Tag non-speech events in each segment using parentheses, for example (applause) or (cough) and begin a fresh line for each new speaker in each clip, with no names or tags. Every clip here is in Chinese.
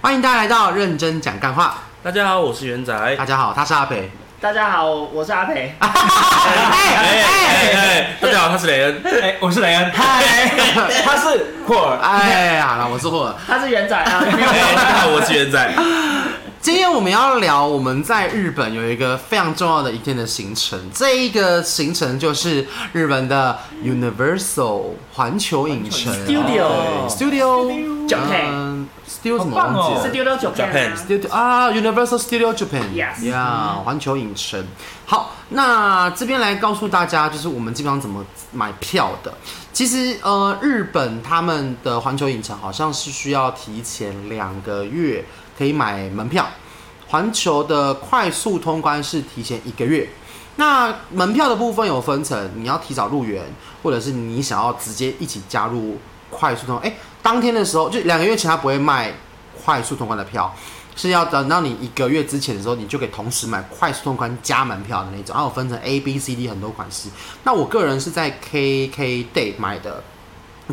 欢迎大家来到认真讲干话。
大家好，我是元仔。
大家好，他是阿北。
大家好，我是阿
(laughs)
培。
哎哎哎！
哎，大家好，他是雷恩。
哎、我是雷恩，
哎
嗨，他是霍尔，
哎，好了，我是霍尔。
他是元
(laughs)
仔啊，没有
哎，大家好，我是元仔。
(laughs) 今天我们要聊我们在日本有一个非常重要的一天的行程，这一个行程就是日本的 Universal 环球影城
Studio
哎
Studio
Japan
嗯 Studio 怎么
好棒哦
忘记了
是？丢丢九片
Japan
啊
Studio 啊，Universal Studio Japan，
Yes
呀，环球影城。好，那这边来告诉大家，就是我们基本上怎么买票的。其实，呃，日本他们的环球影城好像是需要提前两个月可以买门票，环球的快速通关是提前一个月。那门票的部分有分成，你要提早入园，或者是你想要直接一起加入快速通。哎、当天的时候就两个月前他不会卖快速通关的票，是要等到你一个月之前的时候，你就可以同时买快速通关加门票的那种，然后分成 A、B、C、D 很多款式。那我个人是在 KK Day 买的，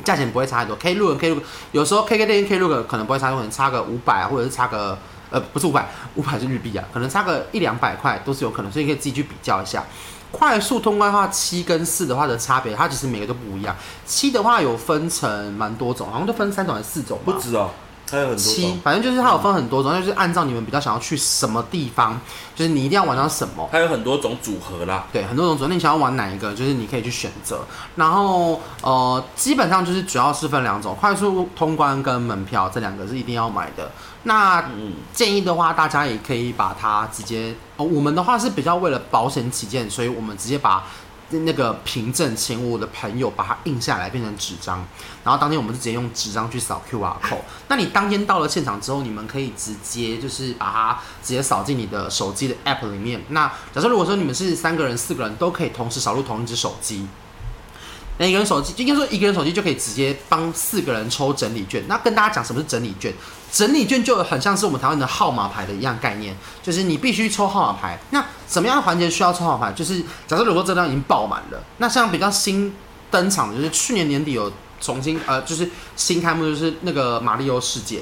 价钱不会差很多。K 路人 K 路有时候 KK Day 跟 K 路人可能不会差，可能差个五百，啊或者是差个呃不是五百，五百是日币啊，可能差个一两百块都是有可能，所以可以自己去比较一下。快速通关的话，七跟四的话的差别，它其实每个都不一样。七的话有分成蛮多种，好像就分三种还是四种吧，
不止哦，还有很多
七
种，，
反正就是它有分很多种，就是按照你们比较想要去什么地方，就是你一定要玩到什么。
还有很多种组合啦。
对，很多种主任，那你想要玩哪一个，就是你可以去选择。然后呃，基本上就是主要是分两种，快速通关跟门票这两个是一定要买的。那
嗯，
建议的话，大家也可以把它直接，哦，我们的话是比较为了保险起见，所以我们直接把那个凭证请我的朋友把它印下来变成纸张，然后当天我们就直接用纸张去扫 QR code。那你当天到了现场之后，你们可以直接就是把它直接扫进你的手机的 App 里面。那假设如果说你们是三个人、四个人都可以同时扫入同一只手机，那一个人手机，应该说一个人手机就可以直接帮四个人抽整理券。那跟大家讲什么是整理券，整理券就很像是我们台湾的号码牌的一样概念，就是你必须抽号码牌。那什么样的环节需要抽号码牌？就是假设如果这张已经爆满了，那像比较新登场的，就是去年年底有重新呃，就是新开幕就是那个马里奥世界。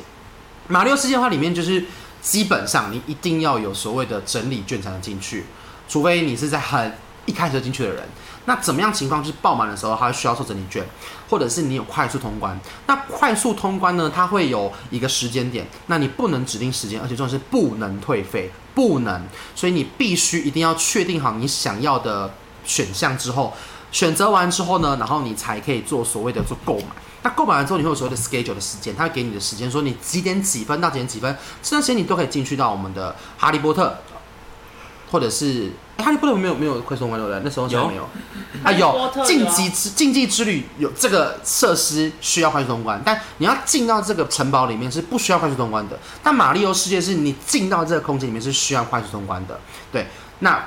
马里奥世界的话，里面就是基本上你一定要有所谓的整理券才能进去，除非你是在很一开始就进去的人。那怎么样情况就是爆满的时候，它需要抽整理券，或者是你有快速通关。那快速通关呢，它会有一个时间点，那你不能指定时间，而且重点是不能退费，不能。所以你必须一定要确定好你想要的选项之后，选择完之后呢，然后你才可以做所谓的做购买。那购买完之后，你会有所谓的 schedule 的时间，它会给你的时间，说你几点几分到几点几分，这段时间你都可以进去到我们的哈利波特，或者是、诶哈利波特没有没有快速通关对不对？那时候好像没有啊，
哈利波
有
特有啊
晋级之竞技之旅有这个设施需要快速通关，但你要进到这个城堡里面是不需要快速通关的。但马里奥世界是你进到这个空间里面是需要快速通关的。对，那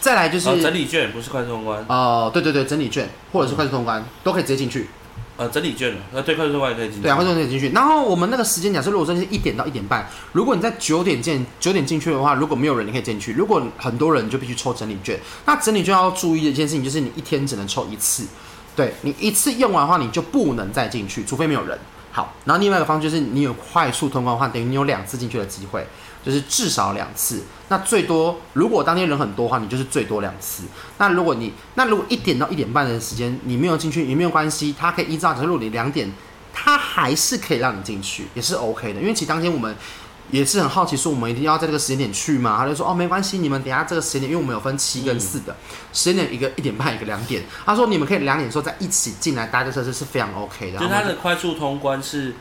再来就是
呃，整理券不是快速通关，
哦，对对对，整理券或者是快速通关、都可以直接进去。
呃，整理券，呃，对，快速通关也可以进去。
对啊，快速通关可以进去。然后我们那个时间假设，如果真的是一点到一点半，如果你在九点进九点进去的话，如果没有人，你可以进去；如果很多人，你就必须抽整理券。那整理券要注意的一件事情就是，你一天只能抽一次。对你一次用完的话，你就不能再进去，除非没有人。好，然后另外一个方式就是，你有快速通关的话，等于你有两次进去的机会，就是至少两次。那最多，如果当天人很多的话，你就是最多两次。那如果你，那如果一点到一点半的时间你没有进去也没有关系，它可以依照，假设如果你两点，它还是可以让你进去，也是 OK 的。因为其实当天我们也是很好奇，说我们一定要在这个时间点去吗？他就说哦，没关系，你们等一下这个时间点，因为我们有分七跟四的、时间点，一个一点半，一个两点。他说你们可以两点的时候再一起进来搭这设施是非常 OK 的。
就是
然
它
后
的快速通关是，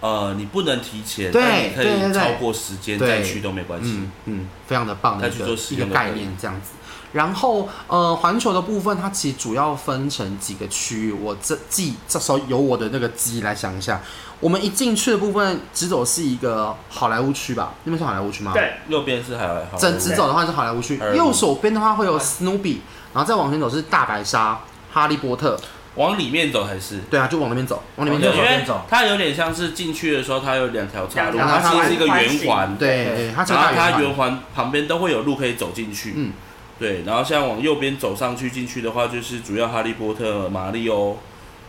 呃，你不能提前，
对
但你可
对对对
以超过时间
对
再去都没关系
嗯。嗯，非常的棒的
再
一
去
个
做实
一个
验的
概
可以
念这样子。然后呃，环球的部分它其实主要分成几个区域，我这记这时候由我的那个记忆来想一下。我们一进去的部分，直走是一个好莱坞区吧？那边是好莱坞区吗？。
对，
右边是海好，
整直走的话是好莱坞区
好莱，坞
右手边的话会有 Snoopy，然后再往前走是大白鲨、哈利波特，
往里面走才是。
对啊，就往那边走，往那边
右
哦因
走。
往那边
为
边走
它有点像是进去的时候，它有两条岔路，
两条
它
岔路
其实是一个圆环，
对对，它
然
超
后
大
它
圆
圆
环，
环旁边都会有路可以走进去。
嗯，
对，然后像往右边走上去进去的话，就是主要哈利波特、马里欧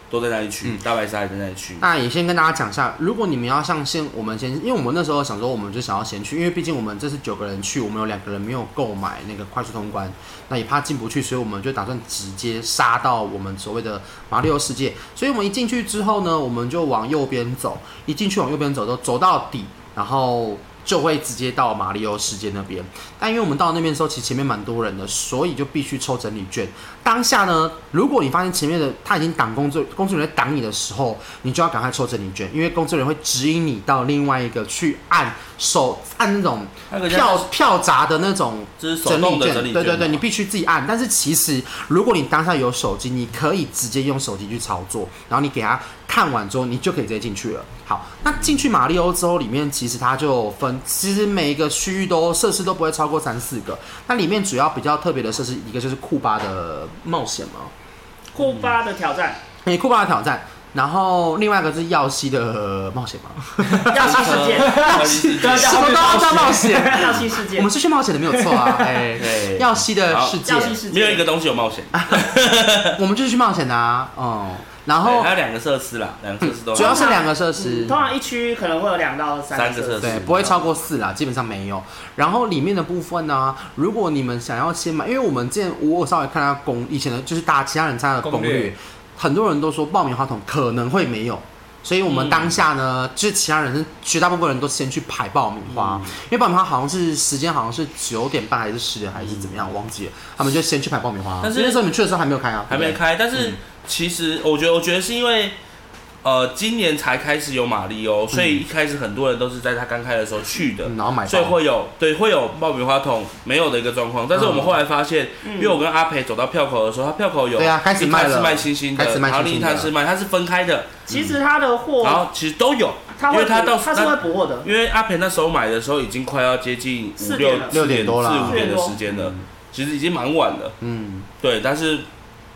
都在那一区，
嗯
大白鲨也在那一区。
那也先跟大家讲一下，如果你们要像现我们先，因为我们那时候想说，我们就想要先去，因为毕竟我们这是九个人去，我们有两个人没有购买那个快速通关，那也怕进不去，所以我们就打算直接杀到我们所谓的马里奥世界。所以我们一进去之后呢，我们就往右边走，一进去往右边走，就走到底，然后就会直接到马里奥世界那边。但因为我们到那边的时候，其实前面蛮多人的，所以就必须抽整理券。当下呢，如果你发现前面的他已经挡工作工作人员在挡你的时候，你就要赶快抽整理券，因为工作人员会指引你到另外一个去按手按那种
那个叫
票票闸的那种
这是手动的整理
对
券
对对，
嘛
你必须自己按。但是其实如果你当下有手机，你可以直接用手机去操作，然后你给他看完之后，你就可以直接进去了。好，那进去马里欧之后，里面其实它就分，其实每一个区域都设施都不会超过三四个。那里面主要比较特别的设施，一个就是库巴的冒险嘛，
库巴的挑
(laughs)
战，
诶、库巴的挑战。然后另外一个就是耀西的冒险嘛，
耀西世
(laughs)
(laughs)
界，
哈利世界
刚刚
什么都要叫冒险，
耀西世界
我们，是去冒险的没有错
(laughs)
啊，哎、
对
耀西的世界
耀，西世界，
没有一个东西有冒险，
我们就是去冒险的啊，哦、然
对
后
它有两个设施啦，两个设施都
主要是两个设施
嗯通常一区可能会有两到三
三个设施
对，不会超过四啦，基本上没有。然后里面的部分呢、如果你们想要先买，因为我们之前我有稍微看到攻以前的，就是大家其他人参加的攻略，
攻略
很多人都说爆米花桶可能会没有。所以我们当下呢，就是其他人是绝大部分人都先去排爆米花，
嗯
因为爆米花好像是时间好像是九点半还是十点还是怎么样，忘记了。他们就先去排爆米花，
但是
因为那时候你们去的时候还没有开啊，
还没
对不对。
开，但是其实我觉得，我觉得是因为，呃，今年才开始有马里欧，所以一开始很多人都是在它刚开的时候去的，
嗯嗯然后买爆，
所以会有对会有爆米花桶没有的一个状况。但是
嗯
我们后来发现，因为我跟阿培走到票口的时候，他票口有
对啊开始
一摊
卖了
是卖星星的，
开始卖
然后
星
另一
星
摊
的
是卖，它是分开的，
其实它的
然
货，
后其实都有，
它
嗯因
会
为
补，
它到
它是会补货的，
因为阿培那时候买的时候已经快要接近五
四
六
点了
六点多了
四五点的时间了，其实已经蛮晚了。
嗯，
对，但是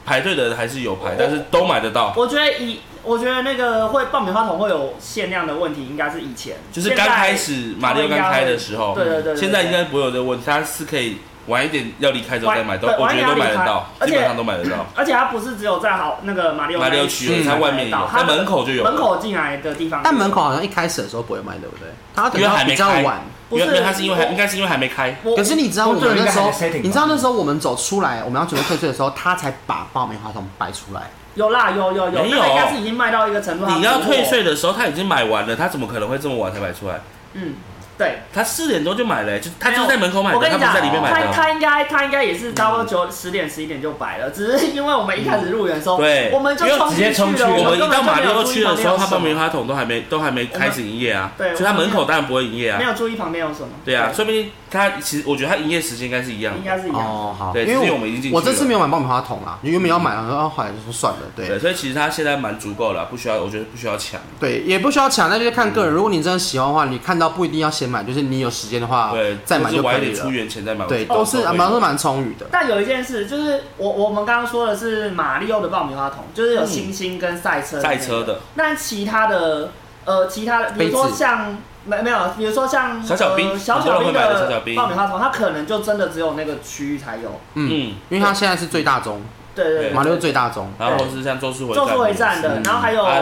排队的人还是有排
我，
但是都买得到，
我觉得以我觉得那个会爆米花桶会有限量的问题，应该是以前，
就是刚开始马里奥刚开的时候，嗯
对对对对对
现在应该不会有这个问题，它是可以晚一点要离开之后再买，都
晚对
我觉得都买得到，
晚一点要离开
基本上都买得到。
而且它不是只有在好那个马里奥
马里奥
那一
区
嗯
它外面有，
它
它门口就有，
门口进来的地方，
但门口好像一开始的时候不会卖，对不对？他等
因为
到
还没
比较
开
晚，
不
因
是
为它是因为还
我
应该是因为还没开，
我
可是你知道我们那时
工作人员
候
还在 setting 吧，
你知道那时候我们走出来，我们要准备退税的时候，他才把爆米花桶摆出来。
有啦有有有，
没有
那应该是已经卖到一个程度，它
你要
补货
退，税的时候他已经买完了，他怎么可能会这么晚才买出来？
嗯，对。
他四点多就买了，就他
没
就
有
是在门口买
我
的，
跟
他不
你
是
讲，
在里面买
他
的。哦嗯
他应该他应该也是差不多九十点十一点就摆了，只是因为我们一开始入园的时候，
嗯对
我们就
因为
冲
直接冲
去
去
了，
我
们
们一
根本
到
就
马
没
里
有
奥
注
区
意
的
旁
时
边
候，
有
他
什
爆米
么，
花桶都还没都还没开始营业啊，
对
所以他
我们
门口当然不会营业
没
啊。
有注意旁边有什么，
对啊，说不定他其实我觉得他营业时间应该是一样
应
的。
该是一样。
哦，好，
对
因
只
为
是我们已经进去
我
了
这次没有买爆米花桶啦，啊原本要买，然后后来就说算了，
对，
对
所以其实他现在蛮足够了，不需要，我觉得不需要抢。
对，也不需要抢，那就是看个
嗯
人。如果你真的喜欢的话，你看到不一定要先买，就是你有时间的话
对，
啊再
就
买
是
就可
晚一
以
点出
了。
园前再买。
对，
我
都是
会
啊，蛮都蛮充裕的。
但有一件事就是我我们刚刚说的是马里奥的爆米花桶，就是有星星跟赛车的那
嗯赛
个
车的，
那其他的呃，其他的，比如说
杯子
像没没有，比如说像
小小兵
呃小
很多
小
人
兵
会买的
的
小小兵
爆米花桶，它可能就真的只有那个区域才有。
嗯，
嗯，
因为它现在是最大宗，
对对
对
对，
马六最大宗。
然后是像咒术回
咒术回战的，
嗯
然后还有
啊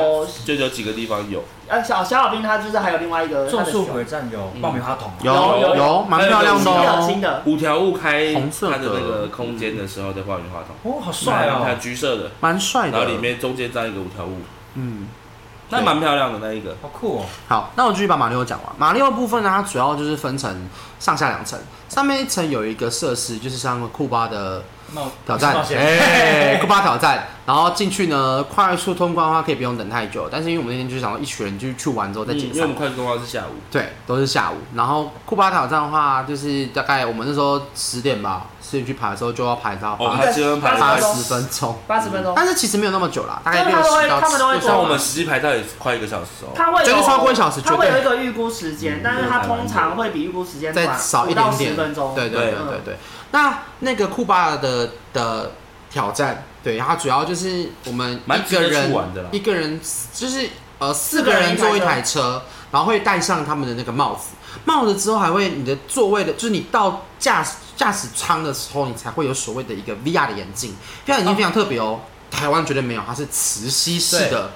就有几个地方有，
呃小小小兵，它就是还有另外一个
咒术
它的
回战有
嗯
爆米花桶啊，
有
有有
有，蛮漂亮的
熊新的新
哦。
的，
五条悟开
红色的
它的那个空间的时候的爆米花桶，
哦，好帅
它
哦，
橘色的，
蛮帅
然后
的，哦
里面中间站一个五条悟，
啊嗯，
那蛮漂亮的那一个。
好酷哦，
好，那我继续把马里奥讲完。马里奥部分呢，它主要就是分成上下两层，上面一层有一个设施，就是像库巴的
冒
挑战
冒，险 (laughs)
哎，库巴挑战，然后进去呢，快速通关的话可以不用等太久，但是因为我们那天就想到一群人就去玩之后再
嗯
解
因为我
散
们，快速通话是下午，
对，都是下午。然后库巴挑战的话，就是大概我们那时候十点吧，十点去排的时候就要排到
哦
八
它积分排
八
八
十
十
分钟，
八十分钟，
但是其实没有那么久啦，大概
但是
六
他都会
十到
他们都会
70
做
像我们实际排到也快一个小时哦。
它会
绝
有
对超过一小时
它会
绝对
有一个预估时间，但是它通常会比预估时间
再
短
少
5
一
到
点
十
点
分钟。
对对对
对
对对。那那个库巴的的挑战。对，它主要就是我们
蛮
一个
值得
人
去玩的啦
一个人就是呃四
四个
个
人
人
一台
坐一
车
台车，然后会戴上他们的那个帽子，帽子之后还会你的座位的，就是你到驾驶驾驶舱的时候，你才会有所谓的一个 VR 的眼镜，VR 眼镜非常特别哦，台湾绝对没有，它是磁吸式的，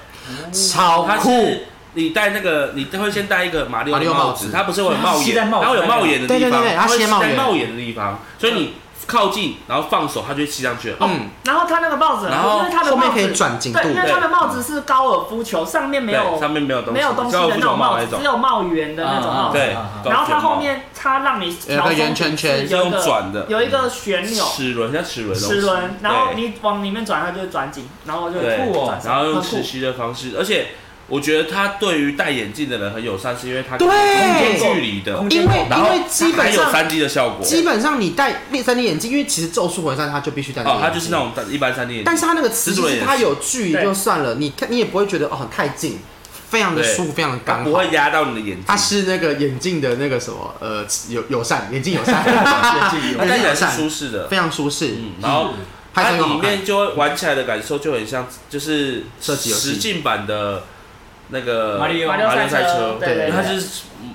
超
它
酷。
哦是你戴那个，你会先戴一个马里奥
马
的
里奥
帽
帽子
子，它不是会有帽
它是吸在
檐，
帽子
它会有帽檐的地
对对
方，
对对它
它会
吸在帽檐
帽檐的地方，所以你靠近，然后放手，它就会吸上去了。哦，
嗯，
然后他那个帽子，
然后
因为他的
后面
帽
可
子
以转紧度
对，因为
对
他的帽子是高尔夫球，上面没有
对，上面没有东西，
没有东西的那
只有
种
帽
帽
那
子，
种
只，有帽圆的那种帽子。
对
啊啊啊，
高
然后
悬
它
帽
后面它让你
有
调
一个
风
圆圈圈
是
有
用
一个
转的嗯
有一个旋钮，
齿轮像齿轮，
齿轮，然后
对
你往里面转，它就会转紧，然后就
对
转
酷哦
上
然后用
很酷
磁吸的方式，而且我觉得它对于戴眼镜的人很友善，是因为它
对
空间距离的，
空间
因为
然
因
后
为基
还
本
有
上
三 D 的效果。
基本上你戴三 D 眼镜，因为其实《咒术回战》它就必须戴3D 眼
哦
镜。，
它就是那种一般三 D 眼
但
镜，
是它那个磁
蜘蛛人
是
也是
它有距离
对
就算了，你看你也不会觉得哦很太近，非常的
对
舒服，非常的
它
刚
不
好。
会压到你的眼睛
它，是那个眼镜的那个什么呃友友
(laughs)
善，眼镜友善，眼镜
它戴
镜
起
友
来是
善，
舒适的。
非常舒适，
嗯，然后
拍
它
照又
里
好看。
面就会玩起来的感受就很像，就是
射击游戏
实境版的那个
马里奥
马里奥赛
赛
车，
对
对对
因为它
对，
就是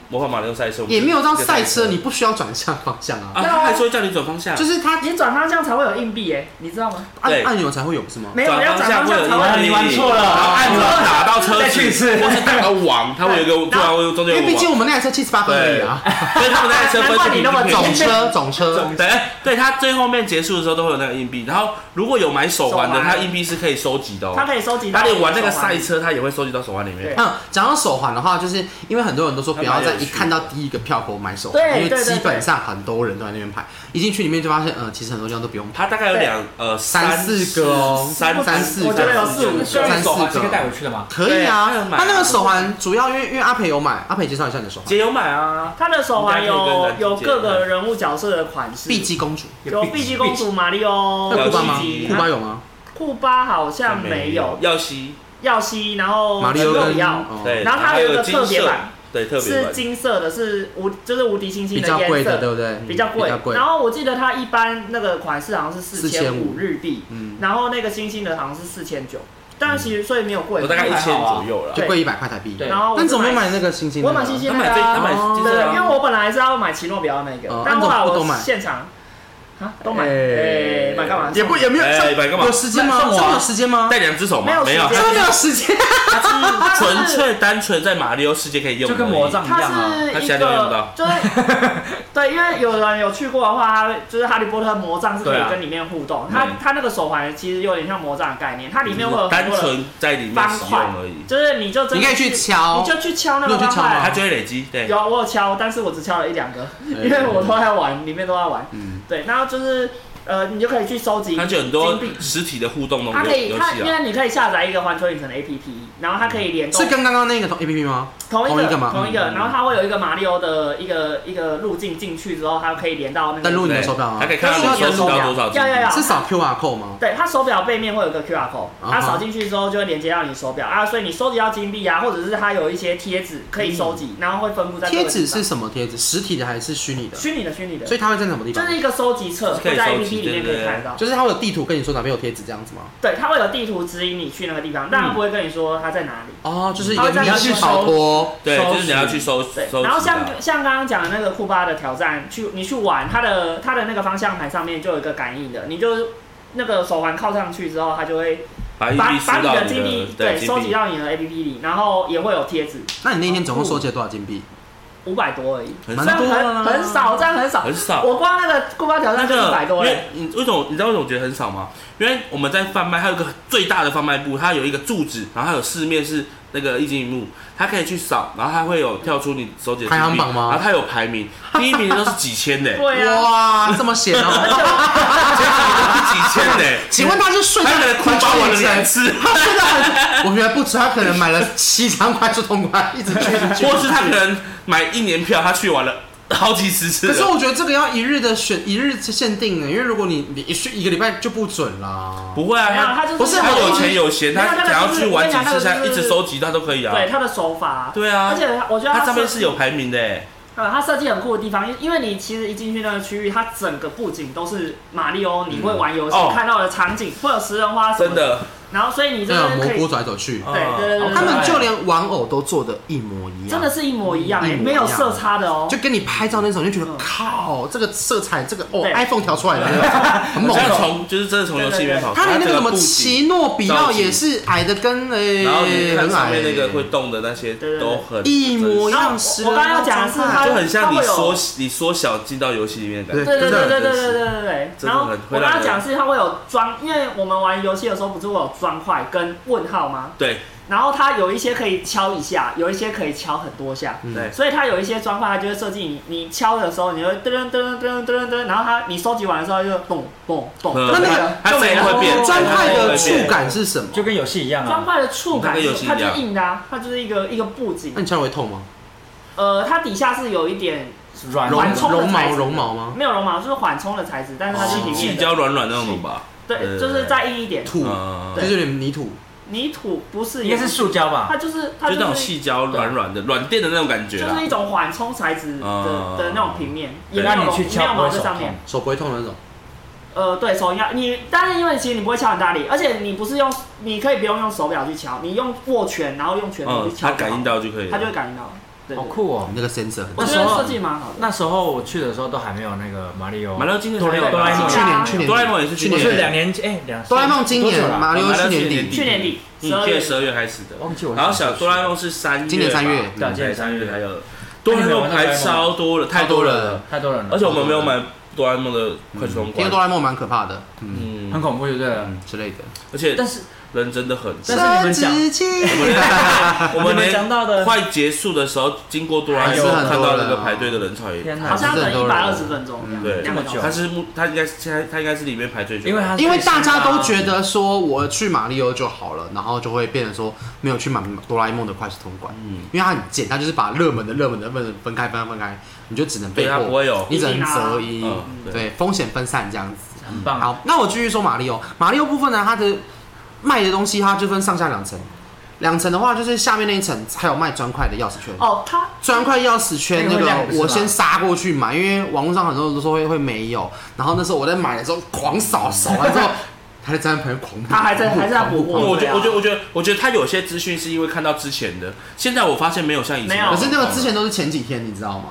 模仿马里奥赛车，
也没有到
到
赛车，你不需要转向方向啊，
啊，它还是会叫你转方向，
就是它
你转方向才会有硬币，哎，你知道吗？
按
啊对
按钮才会有，不是吗？
没有，要转方
为
向才
了
会
啊
有
你玩错了
然后按钮打到
(laughs)
车子，
再去一次
或是打到网，它会有一个突然会中
因
间有
为
个
毕竟
网，
我们那台车七十八公里啊，
所以他们那台车分是平均配
总车总
(laughs)
车，
对，哎对，它最后面结束的时候都会有那个硬币，然后如果有买手环的，
手环
它硬币是可以收集的
它
哦。
可以收集到
它
手环。
连玩那个赛车，它也会收集到手环里面
对。
嗯，讲到手环的话，就是因为很多人都说不要在一看到第一个票口买手环，
对
因为
对对
基本上很多人都在那边排，一进去里面就发现，呃，其实很多地方都不用排，
它大概有两呃
三四个哦
三
三四
我觉得有四五
三四
个。
个
手环是可以带回去的嘛？
可以
对还
啊
有。买啊
他那个手环主要因为因为阿培有买，阿培介绍一下你的手环，
姐有买啊，
它的手环
应该可以跟
有
咱
有
姐
各个
买
人物角色的款式，
碧姬公主，
有碧姬公主、马里奥、
那
有
库巴吗
碧姬？
库巴有吗？
库巴好像没有，
耀西
耀西，然后
马里奥
肉
跟
里奥
哦
对，
然后它
还
有一
有
个
金
特别
色
版，
对特别
是
版，
金色的，是无就是无敌星星
比
的
较贵的，
颜
对
色，
不对？
比较贵
比较。贵
然。后我记得它一般那个款式好像是四千
4500
五日币，
嗯，
然后那个星星的好像是四千九，但其实所以没有贵
我。大概一千左右
就
了。
贵一百块台币。
对
然后我
但怎么没
就
买那个星星的
我
呢？
买星星
他
那
买
个
这，他买
啊，
金
对
色
对，因为
啊，
我本来是要买奇诺比奥那
哦
个，但后来
那你不都
我
买
现场啊都买，哎，买干嘛？
也不也没有
哎
上
买干嘛
有时间
买
吗？
送我啊
真的有时间吗？
带两只手
没
吗？
有
没有啊
时，间
真的没有时间。
它是纯粹单纯在马里奥世界可以用
就
的而已，
跟魔杖一样啊。
它
它
是一
其他地方用不
个
到，
就是 (laughs) 对，因为有人有去过的话，它就是哈利波特魔杖是可
对
以
啊
跟里面互动，
对
它它那个手环其实有点像魔杖的概念，它里面会有很
单
多的，
纯在里面使用而已，
就是你就真
你
的
可以去敲
你，就去敲那
你
个
有去
方
敲
块
吗
它就会累积。对，
有啊我有敲，但是我只敲了一两个，
哎
因为我都在玩，里面都在玩，
嗯
对，然后就是呃，你就可以去收集
它就很多
金币。
实体的互动的
它可以，
游
它
戏
因
啊。
为你可以下载一个环球影城的 APP，然后它可以联动
是跟刚刚那个同 A P P 吗？
同一
同一
个
个吗
同一个，
嗯
然后它会有一个马里奥的一个一个路径进去之后，它可以连到那个
登录你的
对
手表吗
它可以看到你啊收集到多少金币
要要要
是扫 Q R code 吗？
对，它手表背面会有个 QR code，
啊哈
它扫进去之后就会连接到你手表啊，所以你收集到金币啊，或者是它有一些贴纸可以收集，然后会分布在各个
嗯贴纸
地方
是什么贴纸？实体的还是虚拟的？
虚拟的，虚拟的，
所以它会在什么地
就
方？
是一个收集册，
是可以
会在
收
APP
集
里面可
对对
以看到，
就是它会有地图跟你说哪边有贴纸这样子吗？
对，它会有地图指引你去那个地
嗯
方，但它不会跟你说它在哪里。
哦，就是一
它
个
会在
你要去逃脱，
对，
收
就是你要去收
对
收，集
然后像
的。
像刚刚讲的那个库巴的挑战，去你去玩它的它的那个方向盘上面就有一个感应的，你就那个手环靠上去之后，它就会
把硬
把
币
把
输
你
到
的
你的
金币对
金
收集
币，
到你的 APP 里，然后也会有贴纸，
那你那天总共收集了多少金币？
五百多而已，
很啊
蛮
这样
多的
很
啦
很少，这样很少。
很少。
我光那个库巴挑
那
战就一
个
百，多
因为
嘞，
你为什么你知道为什么我觉得很少吗？因为我们在贩卖，它有一个最大的贩卖部，它有一个柱子，然后它有四面是那个液晶屏幕，它可以去扫，然后它会有跳出你手指的金币
排行榜吗
然后它有排
(laughs)
名，第一名的都是几千的，欸
对啊，
哇，这么险
(laughs) 而
哦！
且我 (laughs)
几千的，欸
(laughs) 请问他是顺
他可能
着
狂把我的两次，
顺着很， (laughs) 我觉得不止，他可能买了七张快速通关，一直去，一直去。
(laughs) 或是他可能买一年票，他去玩了好几十次
可是
了。
我觉得这个要一日的选一日限定呢，因为如果你你一去一个礼拜就不准啦。
不会
没有
啊，
他就是
不是
他
我
有钱有闲，
没有
他
那个
想要去玩几
就是我跟
次，
你讲那
他
个就是
一直收集，他都可以啊。
对他的手法，
对啊
而，且我觉得
他
它
上面是有排名的欸，
呃，它设计很酷的地方，因因为你其实一进去那个区域，它整个布景都是马里奥你会玩游戏
哦
看到的场景，会有食人花什
真，
么
的，
然后所以你这
那
边
啊蘑
可
菇
以
走来走去，
对对对对
哦
对
他们就连玩偶都做的一模一样，
真的是一模一样，
一模
哎，
一样
没有色差的哦
就。跟你拍照那种，你就觉得
嗯
靠，这个色彩，这个哦
对
，iPhone 调出来的那个，很猛
好。像从就是真的从游戏里面跑出
他
来，
连那个什
整
么
布景，
奇诺比奥也是矮的跟诶，
然后你看
很
上
矮
面
欸，
那个会动的那些
对对对
都很
一模一
然后
样。
我我刚刚要讲的是它
就很像你
它会有
缩你缩小进到游戏里面的感觉。
对对对对对
真的
对对对对。
真的
然后
很
我
会
刚
让
刚
人
讲是它会有砖，因为我们玩游戏的时候不是会有砖块跟问号吗？
对
然后它有一些可以敲一下，有一些可以敲很多下。
嗯
对
所以它有一些砖块，它就会设计你，你敲的时候，你会噔噔噔噔噔噔噔，然后它你收集完的时候就咚咚咚，
嗯
那那
个
它
就没
声音
了
会变，
砖块
它
的
声音会变
触感是什么？
就跟游戏一样
砖
啊。
块的触感
那个游
是，
戏
它
一
就
样
是硬的、啊，它就是一个一个布景
那。你敲会痛吗？
呃，它底下是有一点
啊
软
绒
缓冲的
绒
材
毛
质
绒毛吗？
没有绒毛，就是缓冲的材质，但是它是
哦
平
细
面的，
胶呃软软那种吧，
对，就是再硬一点。
土，
嗯，
就是有点泥土。
泥土不是，
应该是，塑胶吧？
它就是它
就那
就
种
是
细胶软软的软垫的那种感觉
就
啦
是。一种缓冲材质的
嗯
的那种平面，也
对
没有
让你
绒
去
没有
敲不
毛
会
在
手
上面
痛。。
手不会痛的那种，
呃，对手要你，但是因为其实你不会敲很大力，而且你不是用，你可以不用用手表去敲，你用握拳，然后用拳头
嗯
去，
哦
敲、
它感应，到就可以了。
它就会感应到。对
好
对对
酷哦
你！那个 sensor 很
我
那
觉
时候
得设计蛮好的。
那时候我去的时候都还没有那个马里奥，
马里奥今年才
哆啦
有吧
哆啦 A 梦
去年去年
哆啦 A 梦也是
去
我
年
是两年前，哎，两
哆啦 A 梦今
多久
年，
了
马里奥去年底，
去年底
嗯
十二
去
月
年十二月开始的，
忘记我是
然后小哆啦 A 梦是三月吧，
今年三月
嗯
对今
对，
年
三
三
月
月
还有哆啦 A 梦还超多了，太多了，
太多人了，
而且我们没有买哆啦 A 梦的快充
嗯听说
关
哆，啦 A 梦蛮可怕的，嗯
嗯
很恐怖，就对了。
之类的。
而且
但是
人真的很少。
(laughs)
但是你们讲
生殖器
我们
(laughs)
连我
我
们
们
连
讲到的，
快结束的时候，经过哆啦 A
还是
梦
很
看
多
到
人
那个
啊
排队的人潮也
天
好
哪！
像要
还是很
等一
多
百
人
二十分钟，
嗯
对
两个
这么久
他
小时。
是目，他应该是现在他应该是里面排最久的，
因为他
因为大家都觉得说我去马里奥就好了，然后就会变成说没有去买哆啦 A 梦的快速通关，
嗯，
因为它很贱，它就是把热门的、热门的、热门的分开、分开、分开，你就只能
对
被
啊他不
迫，
会有，
你只能择一，
嗯，对，嗯
对，风险分散这样子。
很棒。
好，那我继续说马里奥。马里奥部分呢，它的卖的东西它就分上下两层，两层的话就是下面那一层还有卖砖块的钥匙圈。
哦，它
砖块钥匙圈那
那个会亮
个
不，是吗
我先杀过去买，因为网络上很多人都说会会没有。然后那时候我在买的时候狂扫，扫完之后还在站在旁边狂补，
他还在
狂补
还在补
狂
因为我觉
对
得，
啊
我觉得，我觉得，我觉得他有些资讯是因为看到之前的，现在我发现没有像以前
没有
可是那个之前，都是前几天，你知道吗？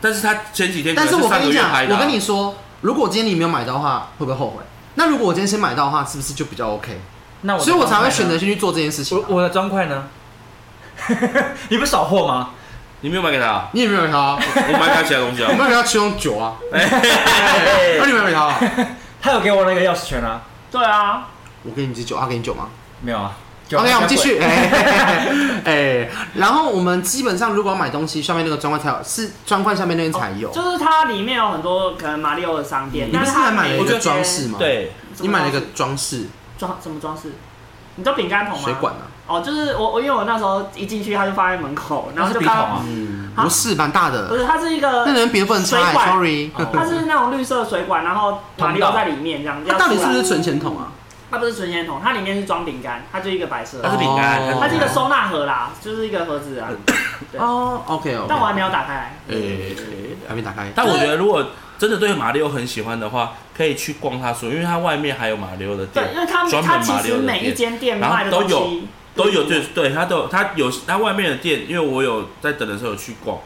但是他前几天可
但
能
是
是
我
上
跟
个
你
月
讲，
拍的
我
啊，
跟你说，如果今天你没有买到的话，会不会后悔？那如果我今天先买到的话，是不是就比较 OK？
那我的
所以我才会
砖块呢
选择先去做这件事情啊。
我我的砖
(laughs)
块呢？你不是扫货吗？
你没有买给他啊，
你也没有给他啊，
我买给他其他东西
我没有
啊，
给他七用九啊，
哎
那你没有给他啊？
他有给我那个钥匙圈啊？
对啊，
我给你支酒，他给你酒吗？
没有啊。
OK，我们继。续。哎、哎哎然后我们基本上如果要买东西，上面那个砖块才有，是砖块下面那边才有。
哦就是它里面有很多可能马里奥的商店，
你
但
不是还
它
买了一
我觉
个
得
装饰吗？，
(laughs) 对，
什
你
么装饰
买了一个装饰
装什么装饰？你知道饼干桶吗？
水管啊。
哦，就是我我因为我那时候一进去，它就放在门口，然后就看
那是笔筒
到
啊
嗯，
啊
不是蛮大
不
的，
是，它是一个
那人别的不能拆
水管
，sorry。
哦
它是那种绿色的水管，然后马里奥在里面这样子。
它到底
要出
是
来
不是存钱筒啊？
它不是存钱筒，它里面是装饼干，它就一个白色
它是
的，
饼干
哦
它是一个收纳盒啦，就是一个盒子啊。对
哦，OK 哦。
但我还没有打开来。
哎，还没打开。
但我觉得如果真的对马里奥很喜欢的话，可以去逛他所，因为他外面还有马里奥的
对，因
店，
为它
专门
它其
马里
实
奥的
每一
店
间店
然后
卖的
都
东
有
西
都有，对对，他都有，他有他外面的店，因为我有在等的时候有去逛，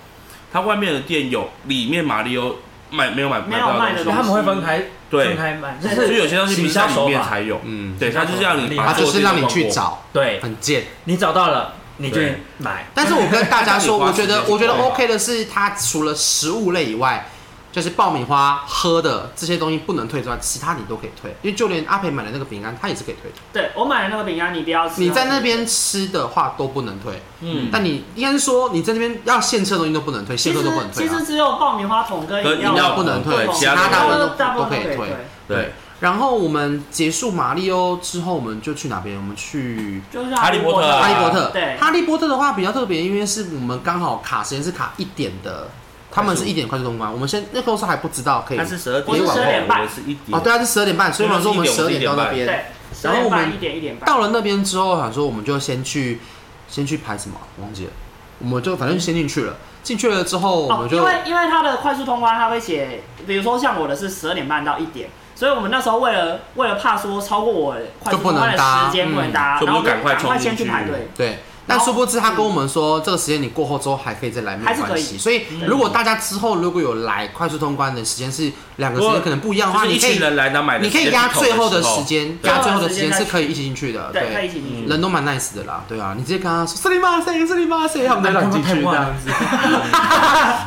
他外面的店有里面马里奥买没有买
没
买
有
到
卖
的
的
东西
东西，
他们会分开
对
分，开卖，就
所以
是
有些东西不是在里
洗
面
刷手法
才有，
嗯，
对，他就是让你把
它就是让你去找，
对
很贱。
你找到了你就
对
买。
但是我跟大家 (laughs) 说，
爆米
我
花
觉得
时间
我觉得
对吧
OK 的是，它除了食物类以外，就是爆米花、喝的这些东西不能退之外，其他你都可以退。因为就连阿培买的那个饼干，它也是可以退的。
对我买的那个饼干，你不要吃。啊
你在那边吃的话都不能退，
嗯，
但你应该是说你在那边要现吃的东西都不能退，现
其实
喝都不能退
其
啊
实，只有爆米花桶跟
和饮料
不能退
对
其
他
他
大
大
部
部
分
分
都
都
大部
都可以
分都
退。
对，
然后我们结束马里奥之后，我们就去哪边？我们去
就是
哈利波特啊
哈利波特。
对
哈利波特的话比较特别，因为是我们刚好卡时间是卡一点的，他们是一点快速通关。我们先那个时候还不知道可以
他是十二
我
点，
是12
点半
我是一点，
哦，对啊，是十二点半，所以我们说我们十二点到那
我们是一点我们是一
边。
对，
然后我们
一点一点半，
啊到了那边之后，想说我们就先去先去排什么，忘记了。我们就反正就先进去了。进去了之后，我
哦
们，就、
因为因为它的快速通关，它会写，比如说像我的是十二点半到一点，所以我们那时候为了为了怕说超过我快速通关的时间
就不能搭
嗯所
不能搭，然后
以我们就赶快
赶快先
冲进
去
去
排队。
对。但
然后
殊不知，他跟我们说，这个时间你过后之后还可以再来，没
哦还
有
是可以嗯
关系。所以，如果大家之后如果有来快速通关的时间是两个时
如
间
果
可能不一样的
就
话，
是
啊
一
你可
群
以
人来，然后买的
你可以
时间
压
不同的
最后的时
候 (laughs)
间，
对
压最后的
最后的时
时
间
间
再
是可以一起进去的，
对，可以一
对，
起进
嗯
去。
人都蛮 nice 的啦，对啊，你直接跟他说森林马塞，森林马塞，他们再
哎
让你进去这
啊
样子，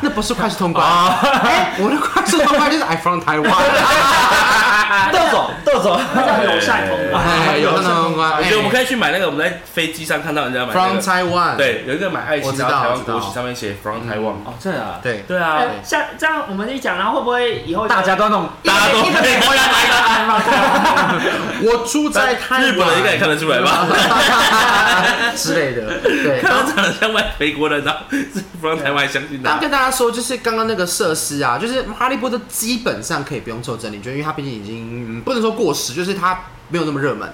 那不是快速通关，
啊
哎，我的快速通关就是 I from
(laughs)
Taiwan，
豆总，豆总，
它叫友善通关。
哎，有那种通关，
我觉得我们
哎
可以去买那个，我们在飞机上看到人家买那
，from
个，
Taiwan，
对，有一个买爱
我
心，
知
然
道
后台湾
我知道
国旗上面写 From
嗯
Taiwan，
哦，真的啊，
对，
对啊，
哎像这样我们一讲，然后会不会以后
大家都弄，
大家都
一个美国人来一个台湾人
我住在台湾，
日本人应该也看得出来吧？
之类的，对，
看 (laughs) 他长得像外美国人，然后是 From 台湾相信
那
他。
跟大家说，啊就是刚刚那个设施啊，就是哈利波特基本上可以不用受整理券，因为它毕竟已经、嗯不能说过时，就是它没有那么热门。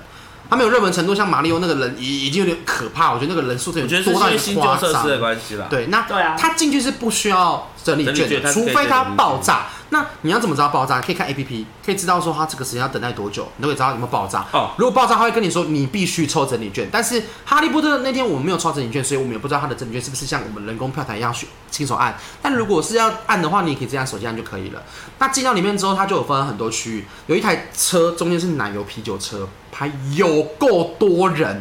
它没有热门程度，像马里奥那个人已已经有点可怕，我觉得那个人数有
我觉
点
得是
多
因
到
为
有
新
点
旧
夸
设施的
张。
关系啦。
对，那
对啊
他进去是不需要整理
整理
券
券它
的，
是
除
可以
非它
整理券
爆炸。那你要怎么知道爆炸？可以看 A P P，可以知道说它这个时间要等待多久，你都可以知道有没有爆炸。
哦
如果爆炸，他会跟你说你必须抽整理券。但是哈利波特那天我们没有抽整理券，所以我们也不知道他的整理券是不是像我们人工票台一样去亲手按。但如果是要按的话，你也可以这样手机按就可以了。那进到里面之后，它就有分很多区域，有一台车中间是奶油啤酒车，还有够多人，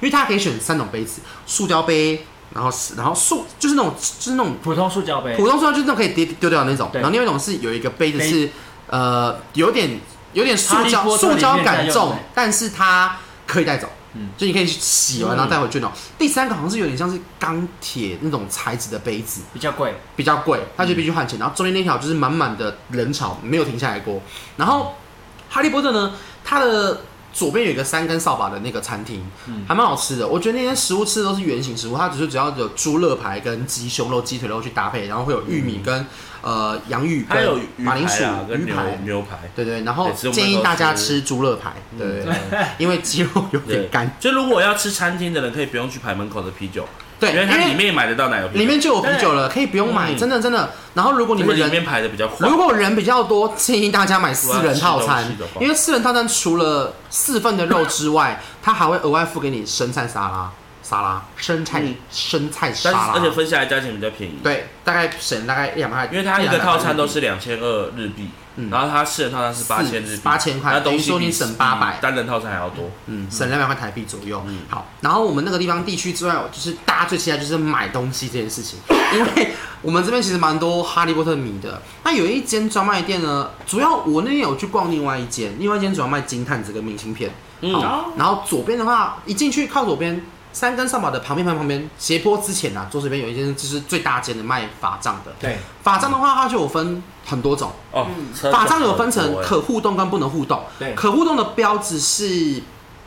因为它可以选三种杯子，塑胶杯。然后是，然后塑就是那种，就是那种
普通塑胶杯，
普通塑料就是那种可以丢丢掉的那种，
对
然后另外一种是有一个杯子
杯
是呃有点有点塑
哈利
胶
波特
塑
里面
胶感
在用
重
的，
但是它可以带走，
嗯
就你可以去洗完然后带回去那种。第三个好像是有点像是钢铁那种材质的杯子，
比较贵，
比较贵，它就必须换
嗯
钱。然后中间那条就是满满的人潮，没有停下来过。然后哈利波特呢，它的左边有一个三根扫把的那个餐厅，
嗯
还蛮好吃的。我觉得那些食物吃的都是圆形食物，它只是只要有猪肋排跟鸡胸肉、鸡腿肉去搭配，然后会有玉米跟、呃洋芋
嗯还有
跟
鱼
马铃薯
排啊、跟
鱼
牛
排。
牛排。
对对，然后
对其实我们
建议
都
大家
吃
吃猪肋排，
嗯
对对对，因为鸡肉有点 (laughs) 干。
就如果要吃餐厅的人，可以不用去排门口的啤酒，
对，
因为它里面也买得到奶油啤酒，
里面就有啤酒了，可以不用买，
嗯
真的真的。然后如果你
因
们
为
人
里面排的比较快
如。果人比较多，建议大家买四人套餐
如果要吃东西的话，
因为四人套餐除了四份的肉之外，它还会额外付给你生菜沙拉、沙拉、生菜、
嗯
生菜沙
但是
拉，
而且分下来价钱比较便宜，
对，大概省大概一两块，
因为它一个套餐都是
一
两千二日币，
嗯
然后它四人套餐是八千日币，
四8000块
那
等
东西比嗯
于说你省800
单人套餐还要多。
两百块，嗯，省两百块台币左右
嗯。
好，然后我们那个地方地区之外，就是大家最期待就是买东西这件事情，因为我们这边其实蛮多哈利波特迷的。那有一间专卖店呢，主要我那天有去逛另外一间，另外一间主要卖金探子跟明信片。
嗯，
哦
然后左边的话，一进去靠左边三根扫把的旁边旁边旁边斜坡之前啊，左手边有一间就是最大间的卖法杖的。
对，
法杖的话，它就有分很多种，
哦，车
嗯法杖有分
很
成
多欸
可互动跟不能互动。
对
可互动的标志是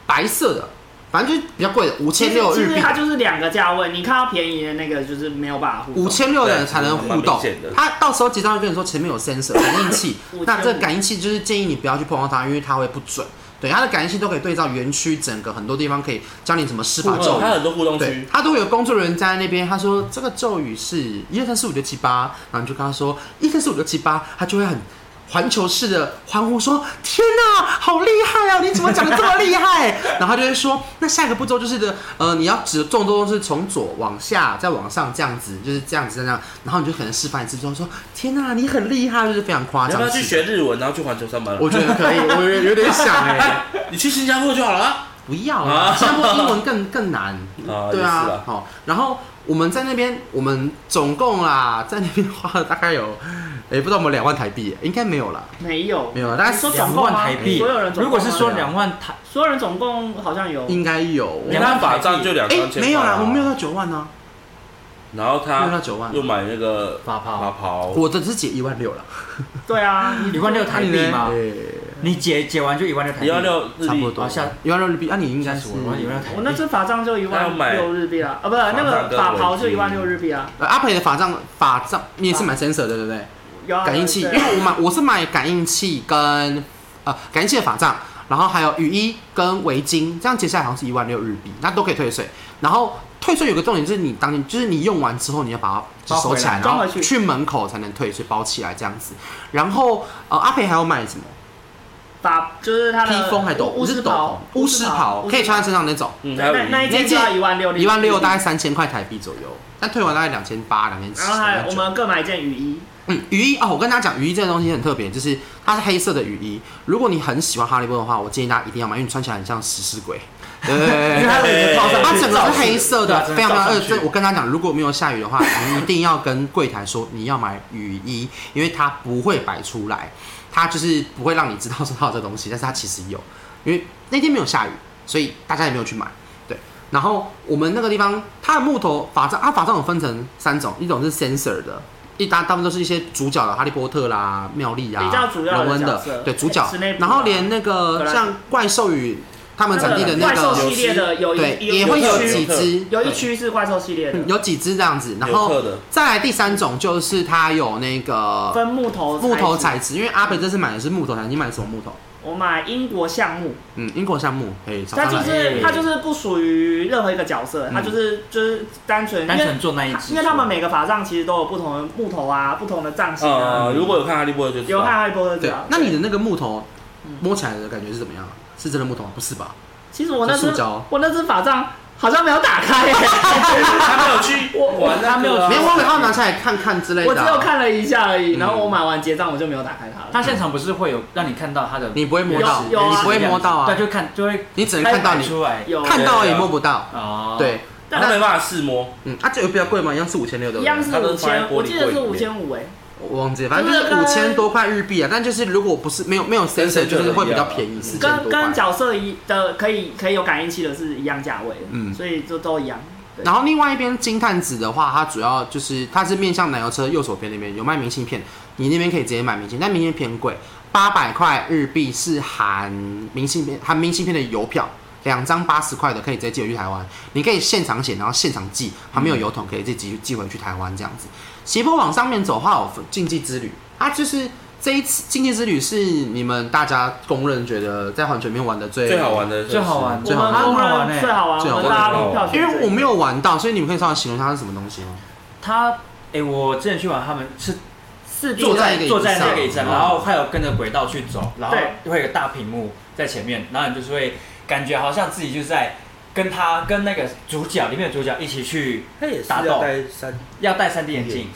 白色的，反正就是比较贵的，五
其
千
实
六
其
日
实
币。
它就是两个价位，你看到便宜的那个就是没有办法互动，
五千六的人
对
才能
蛮
互
明
动
显的，
他到时候结账会跟你说前面有 sensor 感应器
(laughs)
那这个感应器就是建议你不要去碰到它，因为它会不准。对，它的感应器都可以对照园区整个很多地方，可以教你怎么施法咒
哦
语
它。很多互动
对
区，，
他都会有工作人员站在那边，他说这个咒语是一二三四五六七八，然后你就跟他说一二三四五六七八，他就会很环球式的欢呼说天哪，好厉害啊！你怎么讲的这么厉害？ (laughs) 然后他就会说，那下一个步骤就是的，呃，你要指重都是从左往下，再往上这样子，就是这样子这样，然后你就可能示范一次之后说天哪，你很厉害，就是非常夸
你要
张。
不要去学？日文，然后去环球上班？
我觉得可以，我有有点想哎、
(laughs) 哎，你去新加坡就好了啊。
不要
啊
啊！新加坡英文更更难
(laughs) 啊，
对
也是啊
啊，好。然后我们在那边，我们总共啦， (laughs) 在那边花了大概有，也不知道我们两万台币耶，应该没有啦，
没有
没有啦，大概
你说总
两
共
万
吗
台币，
所有人总共吗
如果是说两万台，
所有人总共好像有
应该有。
你看法杖哦就两
哎
三，千，啊
没有啦，我们没有。到九万呢，
然后
没有到
他
九万
又。买那个
法
法
炮
袍，
我的只解一万六了，
对啊，
一万六台币吗？
对，
你解解完就一万六台币，
一万六嗯日
差不
币，
多
啊下
一万六日币。那你应该
吓
是
死我了，一万六台币，
我那只法杖就一万六日币啊，啊，不，那个法袍就一万六日币啊，
呃阿培的法杖，法杖你也是
啊
买 sensor 的，对不对？
有啊
感应器，因
对
为我买我是买感应器跟呃感应器的法杖，然后还有雨衣跟围巾，这样结下来好像是一万六日币，那都可以退税。然后退税有个重点就是你当天就是你用完之后你要把它收起来，
回来
包
然后
装回去
去门口才能退税包起来这样子。然后呃，阿培还要买什么？
把就是他的
披风还斗
巫
不是
师
斗篷
袍，
巫师袍可以穿在身上那种，
嗯，还有
那那一件就要一万六，
一万六大概。三千块台币左右，但退完大概两千八、两千七。
然后还
两
有我
千九
们各买一件雨衣，
嗯，雨衣哦，我跟大家讲，雨衣这个东西很特别，就是它是黑色的雨衣。如果你很喜欢哈利波特的话，我建议大家一定要买，因为你穿起来很像食尸鬼。对对对
因为
对
它有一个套上去，
它整个是黑色
对啊
的，非常非常
罩
恶
上去
这我跟他讲，如果没有下雨的话， (laughs) 你一定要跟柜台说你要买雨衣，因为它不会摆出来，它就是不会让你知道说它有这东西，但是它其实有，因为那天没有下雨，所以大家也没有去买。对，然后我们那个地方，它的木头法杖，它法杖有分成三种，一种是 sensor 的。一大大部分都是一些主角的哈利波特啦、妙丽啊、
比较主要的
荣恩
角色
的，对主角
史内普啊。
然后连那个
格兰
像怪兽与他们产地的那
怪兽
个，
系列的有一
对，也
有
会有
一
几
区
只，
有一区是怪兽系列的
嗯，有几只这样子，然
有
后
特的
再来第三种就是它有那个
分木头
木头
材
材
质。
质，因为阿北这次买的是木头材质，你买的什么木头？
我买英国橡木，
嗯，英国橡木，哎，找
它
上
就
来。
是
哎
它就是不属于任何一个角色，它就是就是单纯，因
单
为
纯做那一只，
因为他们每个法杖其实都有不同的木头啊，不同的杖型啊。
呃，如果有看哈利波特就知
有看
道，
哈利波特这
对
样，，
那你的那个木头摸起来的感觉是怎么样？啊是真的木头吗？不是吧？
其实我那
是
只
塑胶
我那只法杖好像没有打
(laughs)
开耶，
他没有去玩那个啊，
他没有去
没有，我给他拿下来看看之类
呃我
的
只有
啊。
看了一下而已，
嗯
然后我买完结账我就没有打开它了。
他现场不是会有让你看到他的，
你不会摸到，
有有啊
你不会摸到
对，
啊，
就看就会
你只能看到
拍
你
出来
有啊
看到也摸不到。
哦，
对，
他没办法试摸，
嗯，啊，这个比较贵吗？一样是五千六的，
一样是
它
五
都放在玻
千，
璃
我记得
柜
是
里
五
面
千五哎，
我忘记了，反正就是
就是
五
跟
千多块日币啊。但就是如果不是没啊有没有 sensor，就是会比较便宜，四千
跟
多块
跟。角色一的可以可以有感应器的是一样价位，
嗯
所以就都一样。对
然后另外一边金探子的话，它主要就是它是面向奶油车右手边那边有卖明信片，你那边可以直接买明信，但明信片偏贵，八百块日币是含明信片含明信片的邮票。两张八十块的可以直接寄回去台湾，你可以现场写，然后现场寄，旁边有邮筒可以自己寄回去台湾这样子。斜坡往上面走的话，有竞技之旅，它就是这一次竞技之旅是你们大家公认觉得在环球里面玩的最
最好玩的，
最好玩，
最
我
好
们
玩
公
好玩
认
欸
最好玩，
最
我
好玩
们大家都票选最
因
高，
为我没有玩到，所以你们可以稍微形容一下它是什么东西吗？
他哎、我之前去玩，他们是
四 D
坐在一个椅子
坐在那个椅子
上
上，然后还有跟着轨道去走，然后
对
会有一个大屏幕在前面，然后你就是会感觉好像自己就在跟他跟那个主角里面的主角一起去
他也是
打斗
要戴三
要戴三 D 眼镜，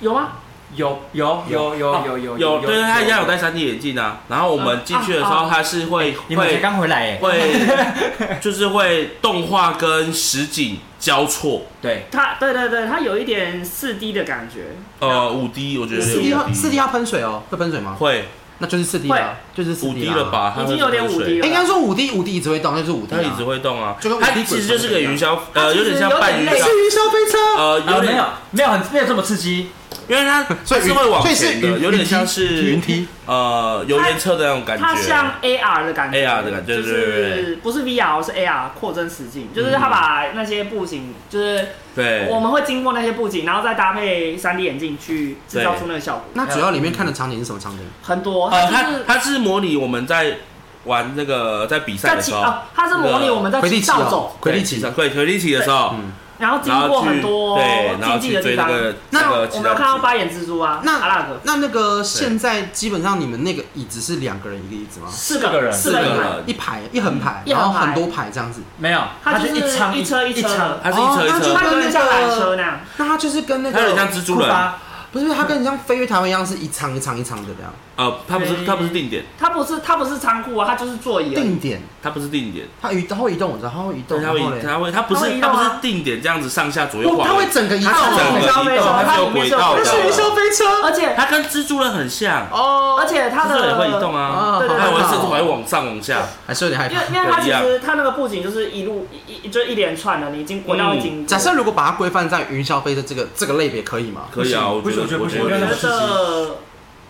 有吗？
有有有有有有
有，对，他一样有戴三 D 眼镜啊。然后我们进去的时
啊
候，
啊
他是会
哎
你们才
会
刚回来耶，
(laughs)
会，就是会动画跟实景交错，
对，
它对对对，它有一点四 D 的感觉，
呃，五 D 我觉得
四 D
有
要四 D
D
要喷水哦，会喷水吗？
会
那就是四 D 了，就是四
五 D
了
了？吧，它
已经有点
会喷
五 D
水
了。
应该说五 D 五 D 一直会动，那就是五 D
它
啊。
一直会动啊，
就跟
它
无敌
其
鬼
实就是个云霄，
它
呃，
其实
有点像半云
有点
霄
类，
云霄飞车。
呃，
啊
有
没
点
有，没有很没有这么刺激，
因为它
(laughs) 所
它
以
是
云
会往
所以是
前的，
云
有点像
云
是
梯。
呃游园车的那种感
它
觉，
像 AR 的感觉
AR 的感觉
就
对对
是不是 VR 是 AR 扩增实境，就是
嗯
它把那些布景，就是
对，
我们会经过那些布景，然后再搭配 3D 眼镜去制造出那个效果，
那主要里面看的场景是什么场景？
很多。
呃，
它就
哦它
是
它是模拟我们在玩那个在比赛
在
的
骑
时候，
啊，它是模拟我们在
魁地
骑
奇
道
哦
走，，
魁地
对
奇。
对魁地奇的时候，
嗯，
然后经
然
过
后
很
去
多
对，然后
竞技
去
的
追
地
那
方。
个
那
个
我
骑
们有看到
士，
八眼蜘蛛啊，
那
阿拉格
那那个现在基本上你们那个椅子是两个人一个椅子吗？
四
四个人
四
四
个
个
人
人
排，
一排一横排，
嗯一横
然
排
后很多排这样子。
没有，
它就
它
是
一车
一车
一
一车的，
它是一车一
哦那
车
就
它
跟
有
那
点
个
像缆车那样。
那它就是跟那
它有点
个
像蜘
库
蛛人，
巴
不是它跟你像飞越台湾一样，是一场一场一场的这样。
呃，它不是它不是定点，
它不是它不是仓库啊，它就是座椅而已。
定点，
它不是定点，
它移它会移动，我知道它会移动，
对，它
然后
会
嘞
它会它不
它会
是
移
它
动
不
啊
是定点这样子上下左右
哦
晃
它
动
会，整个移动
它
整个
是
移动
云霄飞车，
它是有
里面
轨
是有
道
轨
的
它是云
道
霄飞车
而且
它跟蜘蛛人很像，
哦，
而且它
蜘蛛人也
的哦
会移动啊，
对对对
它
对
会
对
甚至还会往上往下，
还是有点害
因为
怕。
因为它
对
其
一样
实它那个布景就是一路一一就一连串的，你已经轨
嗯
道已经。
假设如果把它规范在云霄飞车这个这个类别，可以吗？
可以啊，
不行
我觉得
不行
我
我
觉
觉
我
得
得
觉
不
得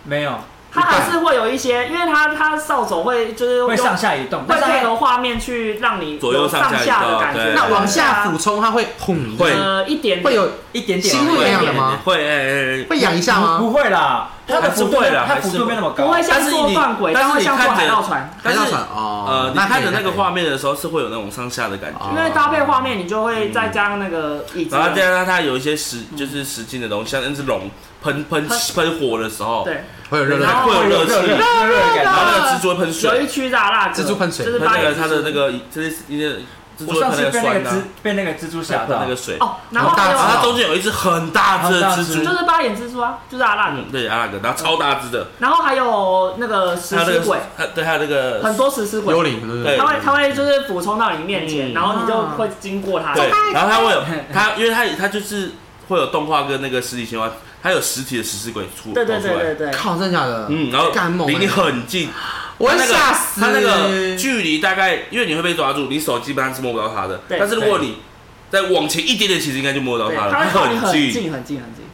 没有，
它还是会有一些，因为它它扫帚会就是
会
用
上下移动，
会
但是它
配合画面去让你
左右
有上
上下
下的
移动
感觉，
对
那往下俯冲，它会砰，
啊会
呃一点
会有
一点点
心
而已
会那样的吗？
会哎哎哎
会痒一下
不
吗？
不会啦，它的
还是
幅度
会啦
它
还是
幅度没那么
不
高
会，像
但是
坐
你
断轨，
但是
会
你
像坐
看
海
着
盗船。
海
但是
盗船哦
呃，，你看
可以
着那个
可以
画面的时候是会有那种上下的感觉，
哦
因为搭配画面，你就会再加上那个椅子
然，后再加上它有一些实就是实劲的东西，像那只龙喷喷喷火的时候，
对，
会有热
然
热
后会有热气
热热热的感
然
觉。
后那个蜘蛛会喷
有一
水，
区辣辣哥，
蜘蛛喷水
就是
喷
八
那
个
个它的那个这些那个蜘蛛
我
会
上
喷那个
次被那
酸
个蜘
呐，
被那个蜘蛛吓
喷
到
那个，水，
哦，然后
很大
还
只
有
然后它
哦
中间有一只很大只的蜘
很
蛛
大
就，是八眼蜘蛛啊，就是阿拉哥，
嗯对，阿拉哥，然后超大只的，
然后还有那个嗯食
它那
尸鬼
个，它对它那个
很多食尸鬼
幽，灵，对不对
对？
它会它会就是补充到你面前，
嗯
然后你就会经过它。
对，然后它会有它，因为它它就是会有动画跟那个实体情况，它有实体的食尸鬼出
对对
跑出来
对对对，
靠，真的假的？
嗯，然后
干猛欸，
离你很近，
我会
那个
吓死。
它那个距离大概，因为你会被抓住，你手基本上是摸不到它的。
对
但是如果你再往前一点点，其实应该就摸得到
对，
它了。
它会靠你
很
很近很近很近。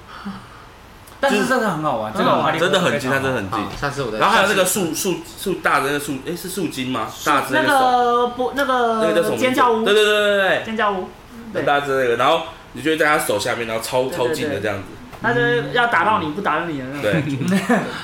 但是真的很好玩，这
很
个
好玩
哈利波
啊真
特
的很近，它
非
真的
常
很近
好，。下次我再。
然后还有那个树树树大的那个树，哎，是树精吗？大只
啊那
那个手，
个不那
那个叫什
个
么？
尖叫屋
对，对对对对
尖叫屋，
对，
对
很，大只那个，然后你就会在它手下面，然后超
对对
超近的
对
这样
(laughs)
子。
它就是要打到你不打到你的那种。
嗯对，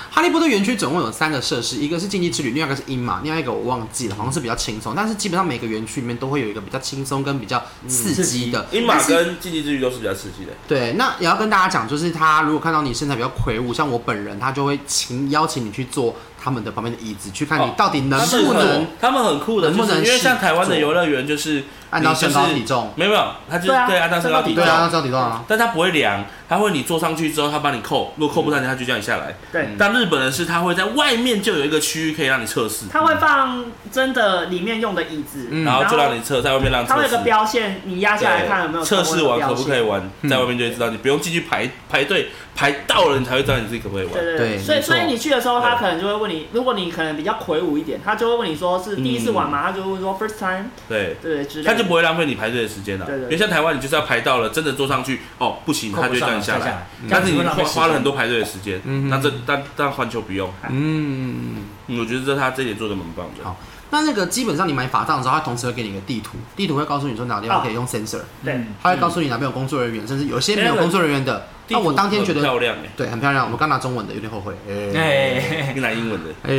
哈利波特园区总共有三个设施，一个是竞技之旅，另外一个是鹰马，另外一个我忘记了，好像是比较轻松，但是基本上每个园区里面都会有一个比较轻松跟比较刺激的。
英马
但是
跟竞技之旅都是比较刺激的。
对，那也要跟大家讲，就是他如果看到你身材比较魁梧，像我本人，他就会请邀请你去坐他们的旁边的椅子，去看你
哦
到底能
他们
不
很
能
他们很酷的，
能不
就是
能
因为像
试
台湾的
做
游乐园就是
按照
你就
身高
是
体重。
没有没有，他就是
对啊
对按照身高体
对
重。
啊，那到底多少啊？
但他不会量，他会你坐上去之后，他帮你扣，如果扣不上去，他就叫你下来。
对，
嗯
但日本人是他会在外面就有一个区域可以让你测试，
它会放真的里面用的椅子，
嗯
然后就让你测，在外面让你
它
测
会有
试
个。标线，你压
对
下来看有没有
测试完可不可以
以？
玩，
嗯
在外面就会知道，你不用进去排排队，排到了你才会知道你自己可不可以玩。
对对
对
对，所以
没错
所以你去的时候，他
对
可能就会问你，如果你可能比较魁梧一点，他就会问你说是第一次玩吗？他就会说 first time，
对，
对之类的。
嗯他就不会浪费你排队的时间了。
对对对
因为像台湾，你就是要排到了，真的坐上去哦不行，
扣
他
不
就会
上
叫你
了
下
再下
来
来。
但是你
嗯
花花了很多排队的时间
嗯，
那这但但环球不用，
嗯，
嗯我觉得这他这一点做的蛮棒的。
好那那个基本上你买法杖的时候，它同时会给你一个地图，地图会告诉你说哪个地方可以用 sensor，、
对
嗯
它会告诉你哪边有工作人员，甚至有些没有
哎那个
工作人员的。那我当天觉
地图很
得
漂亮哎，
对很漂亮，我刚拿中文的有点后悔。哎
哎，
你拿英文的
哎、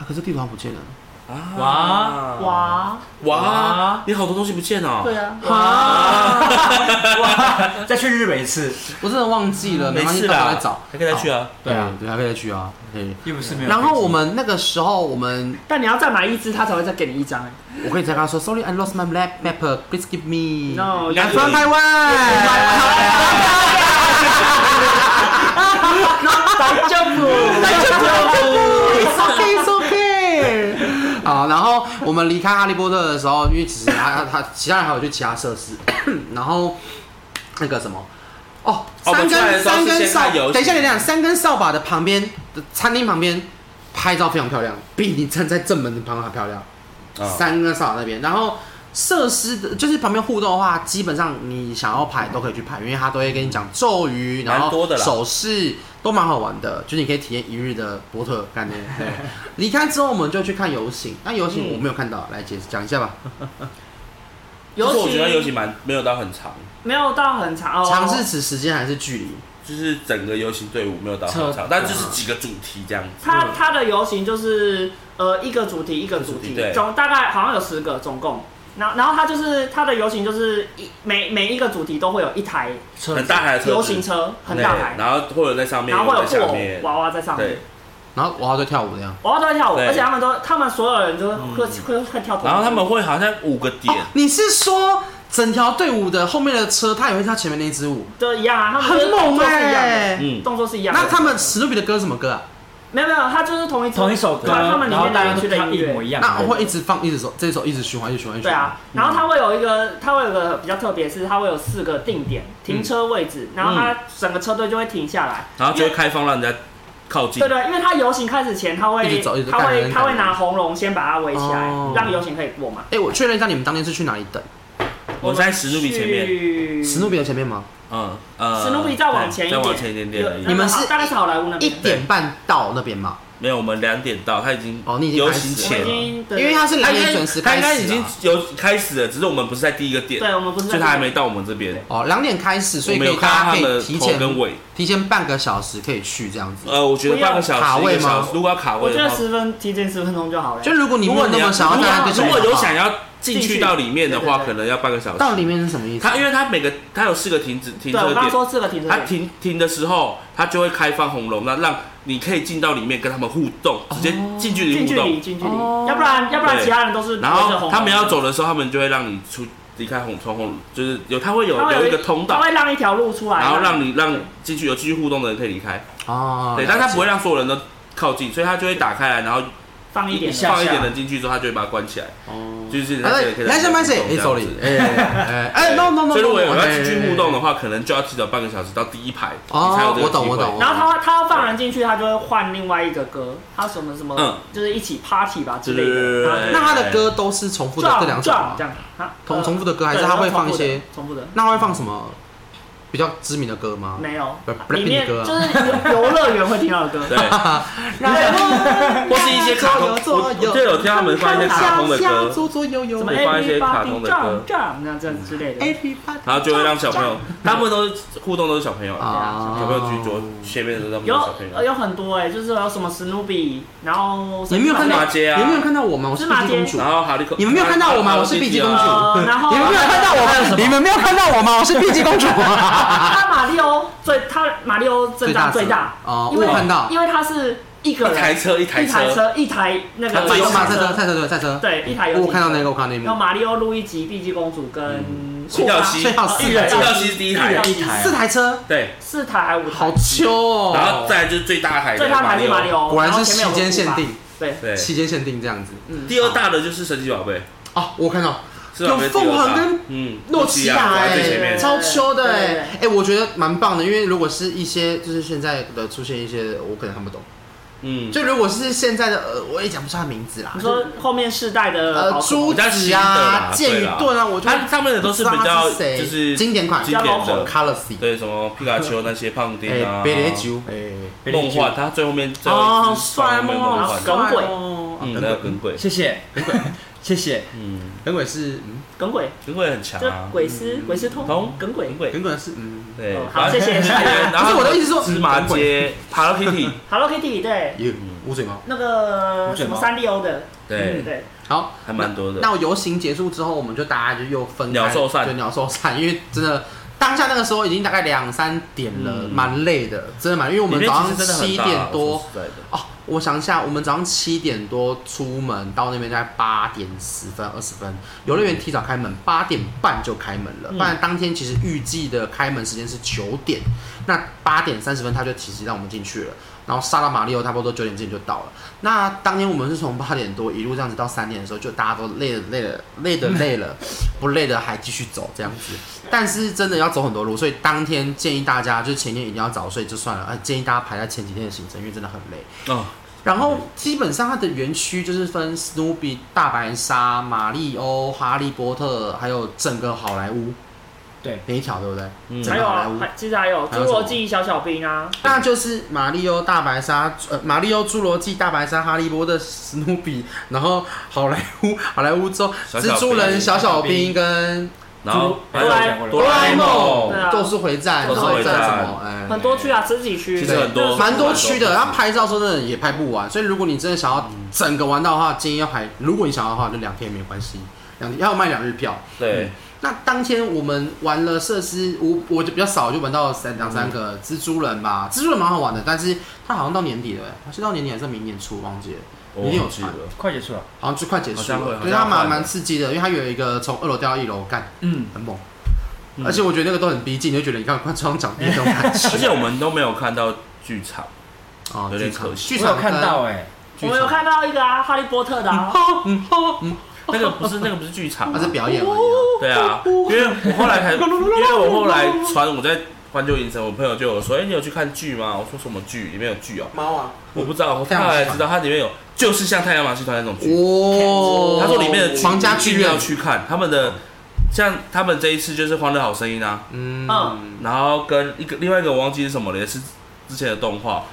啊，可是地图好像不见了。
啊
哇
哇，
哇
哇，
你好多东西不见哦。
对啊，
啊，
(laughs) 哇，再去日本一次，
我真的忘记了，
没
没关
事
系，到时
啦，
候再找。
还可以再去啊。
对啊，对，还可以再去啊。嘿
又不是没有飞机。
然后我们那个时候，我们
但你要再买一只，他才会再给你一张。哎
我可以再跟他说，Sorry, I lost my map map. Please give
嗯
me.
No，
I'm
两
from
个 (laughs)
Taiwan.
大丈夫，
It's okay, it's okay. 好，然后我们离开哈利波特的时候，因为其实他他其他人还有去其他设施， (coughs) 然后那个什么。哦，
哦我
三
们出来的
根
时候
三
是
根
先
扫
看游，戏
等一下，等一下，三根扫把的旁边的餐厅旁边拍照非常漂亮，比你站在正门的旁边还漂亮。
啊
三个扫那边，然后设施的就是旁边互动的话，基本上你想要排都可以去排，因为他都会跟你讲咒语，然
蛮多
后
的啦
手势都蛮好玩的，就是你可以体验一日的波特概
(laughs)
念。对，离开之后我们就去看游行，那游行我没有看到，来解讲一下
嗯
吧。
其实我
尤
觉得游
其
行蛮没有到很长，
没有到很长哦，
长是指时间还是距离？
就是整个游行队伍没有到很长
车，
但就是几个主题这样子。
它它的游行就是呃一个主题一个主
一个
题
主题，对
总大概好像有十个总共。然然后它就是它的游行就是一每每一个主题都会有一台
车
很大台的车子，
游行车，很大台
对，然后会有人在上面，
然后会有
有人在下
布
面
偶，娃娃在上面
对，，
然后我要在跳舞这样。
娃娃都在跳舞，
对嗯
而且他们都他们所有人都会会会跳同一支舞。
然后他们会好像五个
哦
点，，
你是说整条队伍的后面的车，他也会跳前面那支舞，
都一样啊，他们
很猛
哎，
哎。
嗯，
动作是一样的。
那他们史努比的歌是什么歌啊？
没有没有，他就是同一支
同一首歌，
对他们里
然后
面
大家
哪
都
去的
唱
音
一
乐
模一样的
那
歌。
会一直放，一直首这首一直循环，一直循环，一直
对
循环
啊，然后它会有一个，它会有个比较特别，是它会有四个定点停车位置，然后它整个车队就会停下来，
然后就会
因为
开放让人家靠近
对。对，因为它游行开始前，它
一
会
直走一直
它
干
会
人
它
干
会
人
拿红龙先把它围起来
哦，
让游行可以过嘛。
哎、我确认一下，你们当天是去哪里等？
我们在史努比前面，
面
史努比的前面吗？
嗯呃，
史努比再往前一
再
点
往前一点点而已
你。们是
大概是好莱坞那
一
边，
点半到那边嘛？
没有，我们两点到，他已经
哦你已经
游
开始
行
了
我
前
已经对
因为他是两点准时
他
开
应该
始
已经
啊。
有开始了，只是我们不是在第一个点，
对我们不是在
所以他还没到我们这边。
哦，两点开始，所
我
以
们
可
有
以
看到
大家
他
可
们的
以提
头跟
前
尾。
提前半个小时可以去这样子。
呃，我觉得半个小时、
卡位吗
一个小时如果要卡
我
位
觉
的
得
话，
十分提前十分钟就好了。
就如果你
如
没
果
有
你
那
要
么想要
如
大
果
家对
如果有想
要
要进
进
去
去
到里面的话，
对对对
可能要半个小时。
到里面是什么意思？
他因为他每个他有四个停止停
对，
车
我刚刚
点，
说四个停车
他
点，
停停的时候，他就会开放红龙，那让你可以进到里面跟他们互动，直接近距离
近
互
距离，
动。
近距离
哦，
要不然要不然
对
其他人都是
然
围着
后
红
他们要
灯
走的时候，他们就会让你出离开红从红，就是有他会有
他会
留一个通道
他，会让一条路出来，
然后让你让
对
进去有继续互动的人可以离开。
哦，
对，但他
了解
不会让所有人都靠近，所以他就会打开来，然后
放一
一
点
下
放一点人进去之后，他就会把它关起来，
哦。
就是
哎，来先麦谁？哎，走
(laughs)
里，哎哎哎，no no no，
所以如果有要进去互动的话，可能就要提早半个小时到第一排，你才有
哦
这，个
我懂
机
我
会
懂。
然后他他要放人进去，他就会换另外一个歌，他什么什么，
嗯
就是一起 party 吧之类
对对对
的。
对
然后
哎那他的歌都是重复的这两首
撞撞
吗
这？样啊，
重重复的歌，
呃
还是
对
他会
重复
放一
的
些？
重复的？
那他会放什么比较知名的歌吗？
没有
不是，不是
里面
比你歌啊
就是游游乐园会听到的
(laughs)
歌。
对， (laughs) 或是一些卡通，我我就有听他们放一些卡通的歌，
左左右右
什么
会放一些卡通
Everybody
的歌
撞撞那这样之类
哎
的，
然后就会让小朋友，大部分都是互动都是小朋友，
啊，
小朋友居多，前面的都是
有
小朋
呃
友。
有很多哎，就是有什么史努比，然后
你没有看
芝麻
到？
街啊
你没有看到我吗？我是
芝
碧
麻
姬
街
公主
然。后哈利，
你们没有看到我吗？我是碧姬公主。
呃然后
你们没有看到我吗？你们没有看到我吗？我是碧姬
(laughs)
公主。
他马里奥最他马里奥阵仗最大
哦，
因
我
为
有看到。
因为他是一个
一台
人
车一
一
台
台
车，
车一台那
他
个
买
游
车
艇
嘛，赛车赛车对赛车。哦
对一台游艇
我看到那个，嗯我看到那一
有
幕。
马里奥、路易吉、碧姬公主跟
睡觉机
最好四台
一人
这
车，
道其实第一
一
台
人，
一台
四台车，
对，
四台还五台
好，秋哦。
然后再来就是最大台
最
的
大台是马
马里
里
奥，
奥，
果然是
后前面有
期
个
间限
步伐
定，
对，
对，
期间限定这样子。
嗯，
第二大的就是神奇宝贝，
哦，我看到
是吧
有凤凰跟
嗯
诺奇亚
在
哎
最前面，，
超秋的
对对
哎，哎，我觉得蛮棒的，因为如果是一些就是现在的出现一些我可能看不懂，
嗯，
就如果是现在的呃，我也讲不出他名字啦
你。说后面世代的
呃
宝，可
朱
梦
子啊，剑与盾啊，我就
他他们的都是比较就是
经典款
经典的，
Color C，
对什么皮卡丘那些胖丁啊
哎，，北野九，哎，
梦幻，他最后面最后
哦，
一只
帅
梦
梦
幻，
梗鬼
嗯，那个耿鬼，
谢谢，谢谢，
嗯，
耿鬼是嗯，
耿鬼，
耿鬼很强
这
啊，
鬼师鬼师通
通
耿鬼
耿。鬼，
耿鬼是嗯
对
哦，好
(laughs)
谢谢谢谢
然
不是
后
我的意思说
芝麻
耿鬼
街，Hello Kitty， (laughs)
Hello Kitty，对，
有乌嘴猫。
那个
无嘴
什么
猫
三丽鸥的，嗯
对，
对，
好，
还蛮多的
那我游行结束之后，我们就大家就又分开
鸟兽散
对鸟兽散，因为真的。当下那个时候已经大概两三点了，
嗯
蛮、累的，真的蛮。因为我
里
们
面
早上
其实真的很
七
大啊
点多，
我说实在的
哦，我想一下，我们早上七点多出门，到那边大概八点十分、二十分，游乐园提早开门，八点半就开门了。不然当天其实预计的开门时间是九点，那八点三十分他就其实让我们进去了。然后杀到马里奥差不多九点之前就到了。那当天我们是从八点多一路这样子到三点的时候，就大家都累了累了累的累了，不累的还继续走这样子。但是真的要走很多路，所以当天建议大家就前天一定要早睡就算了，呃，建议大家排在前几天的行程，因为真的很累。
哦，
然后基本上它的园区就是分史努比、大白鲨、马里欧、哈利波特，还有整个好莱坞
对，
每一条，对不对？
嗯
整
还
个
有
好莱
啊
坞，，
还其实还有
还有什
侏
么
罗纪小小兵啊，
那就是马里欧、大白鲨、呃，马里欧、侏罗纪、大白鲨、哈利波特、史努比，然后好莱坞、好莱坞之后，
小小
蜘蛛人、
兵
小小兵跟
然后还
哆
有
啦 A 梦
哆啦 A
对
梦，
啊
斗士回战、
斗士
回
回
战
战
什么，哎，
很多区啊，十几区，
其实很多
蛮多区的，
蛮多
要拍照说真的也拍不完，所以如果你真的想要整个玩到的话，建议要排。如果你想要的话，就两天没关系，两天要卖两日票。
对，
那当天我们玩了设施，我我就比较少，就玩到三两三个蜘蛛人
嗯
吧，蜘蛛人蛮好玩的，但是它好像到年底了，还是到年底还是明年初，忘记了，
我
一定有
忘记
传
了，
快结束了。
好像就快结
好
束
像会
了，
好
对
像
它蛮
换了
蛮刺激的，因为它有一个从二楼掉到一楼干，
嗯，
很猛，
嗯
而且我觉得那个都很逼近，你就觉得你看快撞墙壁那种感
(laughs)
觉，
而且我们都没有看到剧场，
哦，
有点
剧场
可惜
剧
我有
场
看
跟
到哎，
剧
我们有
场
看到一个啊，哈利波特
(laughs)
的啊，
那个不是那个不是剧场
它
啊，
是表演而已
对啊，因为我后
(laughs)
来才，因为我后来传我在环球影城，我朋友就有说，哎、你有去看剧吗？我说什么剧？里面有剧哦、
啊。猫啊！
我不知道，我后来才知道它里面有，就是像太阳马戏团那种剧。
哦，
他说里面的剧
皇家剧
一定要
院，
去看他们
哦
的，像他们这一次就是《欢乐好声音》啊，
嗯
嗯
然后跟一个另外一个我忘记是什么了，也是之前的动画，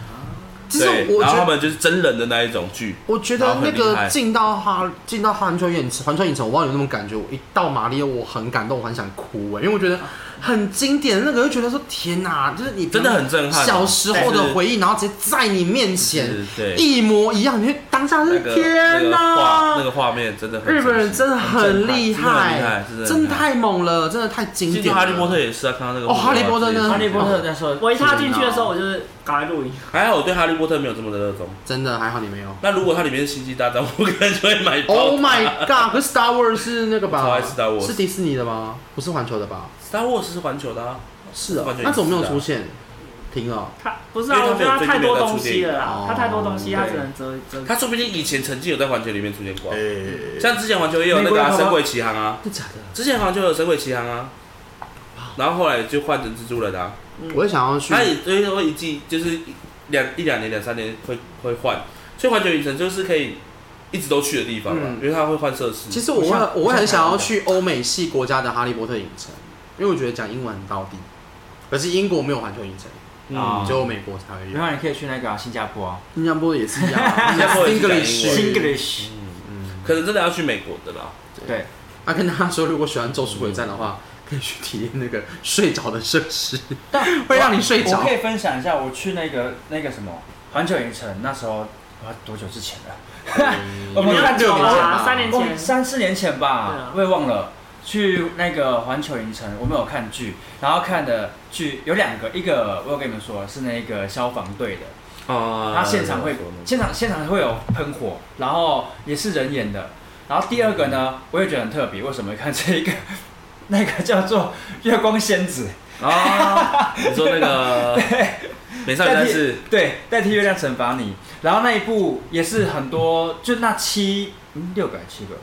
其实我
然后
觉得，
他们就是真人的那一种剧，
我觉
然
得
后
那
很厉
个
害
进到哈进到环球影城，环球影城，我忘了有那种感觉。我一到马里奥，我很感动，我很想哭哎、因为我觉得很经典，那个就觉得说天哪，就是你
真的很震撼啊。
小时候
但
的
是
回忆，然后直接在你面前
是对，
一模一样，你会当下
那
是
个
啊天
那个画那
哪！
个画面真的很
日本人真的
很
很
震撼
厉
真的很厉
害，
害真的很
真
厉
的
害
太猛了，真的太经
其
典
实
了。
哈利波特也是啊，看到那个
哦哈利波特真的
哈
真
利波特那时候
我一踏进去的时候，我就是赶快录影。
还好我对哈利波特没有这么的热衷。
真的还好你没有。
那如果它里面是星际大战，我可能就会买爆。
Oh my god！可是 Star Wars 是那个吧？
超爱 Star Wars
是迪士尼的吗？不是环球的吧？
Star Wars 是环球的啊，
是啊
环球，影
那怎么没有
视啊
出现？哦停了。
他不是啊，
因为他
我
没
觉得
有
他太多
最近没有
东西了
在出电
啦
影，
他太多东西，
哦
他只能遮遮。
他说不定以前曾经有在环球里面出现过啊、
诶，
像之前环球也有那个、
美
啊
国
《
人
神鬼奇航》啊，
真的假的？
之前环球有《神鬼奇航》啊，然后后来就换成蜘蛛人啊，
我也想要去
他。也就是会一季就是一两一两年两三年会会换，所以环球影城就是可以一直都去的地方嘛，
嗯
因为它会换设施。
其实我会
不像
我会很想要
不像台湾的
去欧美系国家的哈利波特影城，因为我觉得讲英文很到底。可是英国没有环球影城，
嗯，
只有美国才会
没
有。
有，你可以去那个啊新加坡啊
新加坡也是一样啊，
(laughs) 新加坡也是讲英文
English
对
，Singlish，
嗯，
可能真的要去美国的啦。
对，
啊，跟大家说，如果喜欢《咒术回战》的话，可以去体验那个睡着的设施，
但
会让你睡
我
着
可。以分享一下，我去那个那个什么环球影城，那时候啊多久之前了？我们看
六
好
年前
啦
吧，
三年
哦，
前
三四年前
对
吧
啊，
我也忘了。去那个环球影城，我们有看剧，然后看的剧有两个，一个我有跟你们说是那个消防队的，
啊
他现场会现场现场会有喷火，然后也是人演的。然后第二个
嗯
呢，我也觉得很特别，为什么看这一个？ (laughs) 那个叫做月光仙子，
啊，你说那
(laughs)
个美少女战士
对，代替月亮惩罚你。然后那一部也是很多，就那七嗯六个还是七个，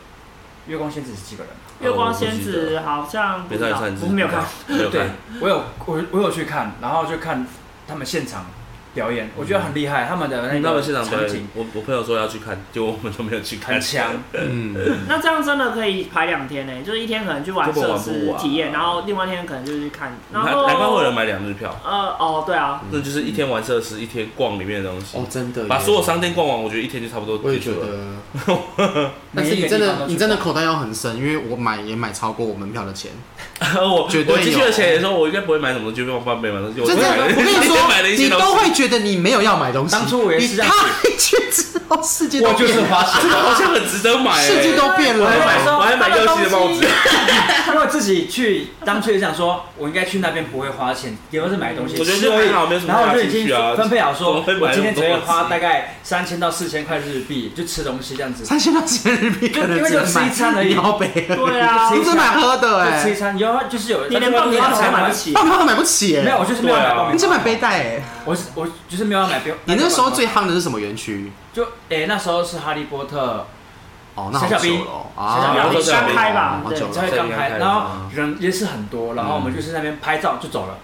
月光仙子是几个人？
月光仙子
哦
好像不
美
知
少女
道，
战士 (laughs)
我没有看。，
没有
对
看，，
我有我我有去看，然后就看他们现场表演，我觉得很厉害，他们的那
嗯他
个
们现场表演
场景，
我我朋友说要去看，结果我们都没有去看，
很强。
嗯，
那这样真的可以排两天呢，就是一天可能去玩
根本
设
玩不
施
完
体验，然后另外一天可能就是去看。
(laughs)
然
难
后
难怪会有人买两日票，
呃哦对啊，
那就是一天玩设施，一天逛里面的东西
哦，，真的耶，
把所有商店逛完，我觉得一天就差不多
我也
结
觉
束了。
得，
(laughs)
但是你真的，你真的口袋要很深，因为我买也买超过我门票的钱。
(laughs) 我我
绝对有
进去的钱也说，我应该不会买什么东西，因为我爸没买东西，我
真的，
都买了
我跟你
(laughs) 一天买
说，
了一些
你
东
都
西。
会觉得你没有要买东西。
当初我也是
你
这样
踏进去之后，世界都
我就是
变了
花钱，
好像很值得买、欸，
世界都变
我还
了。
买，我还买耀西的帽子，
因为我自己去，当初也想说，我应该去那边不会花钱，也不是买东西，
我觉得
吃而已
还好没什么
然后我就已
花钱去啊
经分配好
怎
说，
么会买
我今天只
那
会
么多东西
花大概三千到四千块日币，就吃东西这样子，
三千到千日币可能
因为
只
就
能
吃一餐而
买
已
腰杯，
对啊
谁
你只买喝的
就吃一
哎，
餐，有啊就是有，
你连棒球都买
(laughs)
不，起，
哦
棒棒都买不起
没有，
哎，
我就是没有
对
买
啊
爆米花，
你只买背带哎。
我是我就是没有要买标。
你那时候最夯的是什么园区？
就诶、那时候是哈利波特，
哦，那好久了哦
小
啊
小，兵
刚开吧
好久
对
了
才。会刚开，然后人也是很多，然后我们就是那边拍照就走了，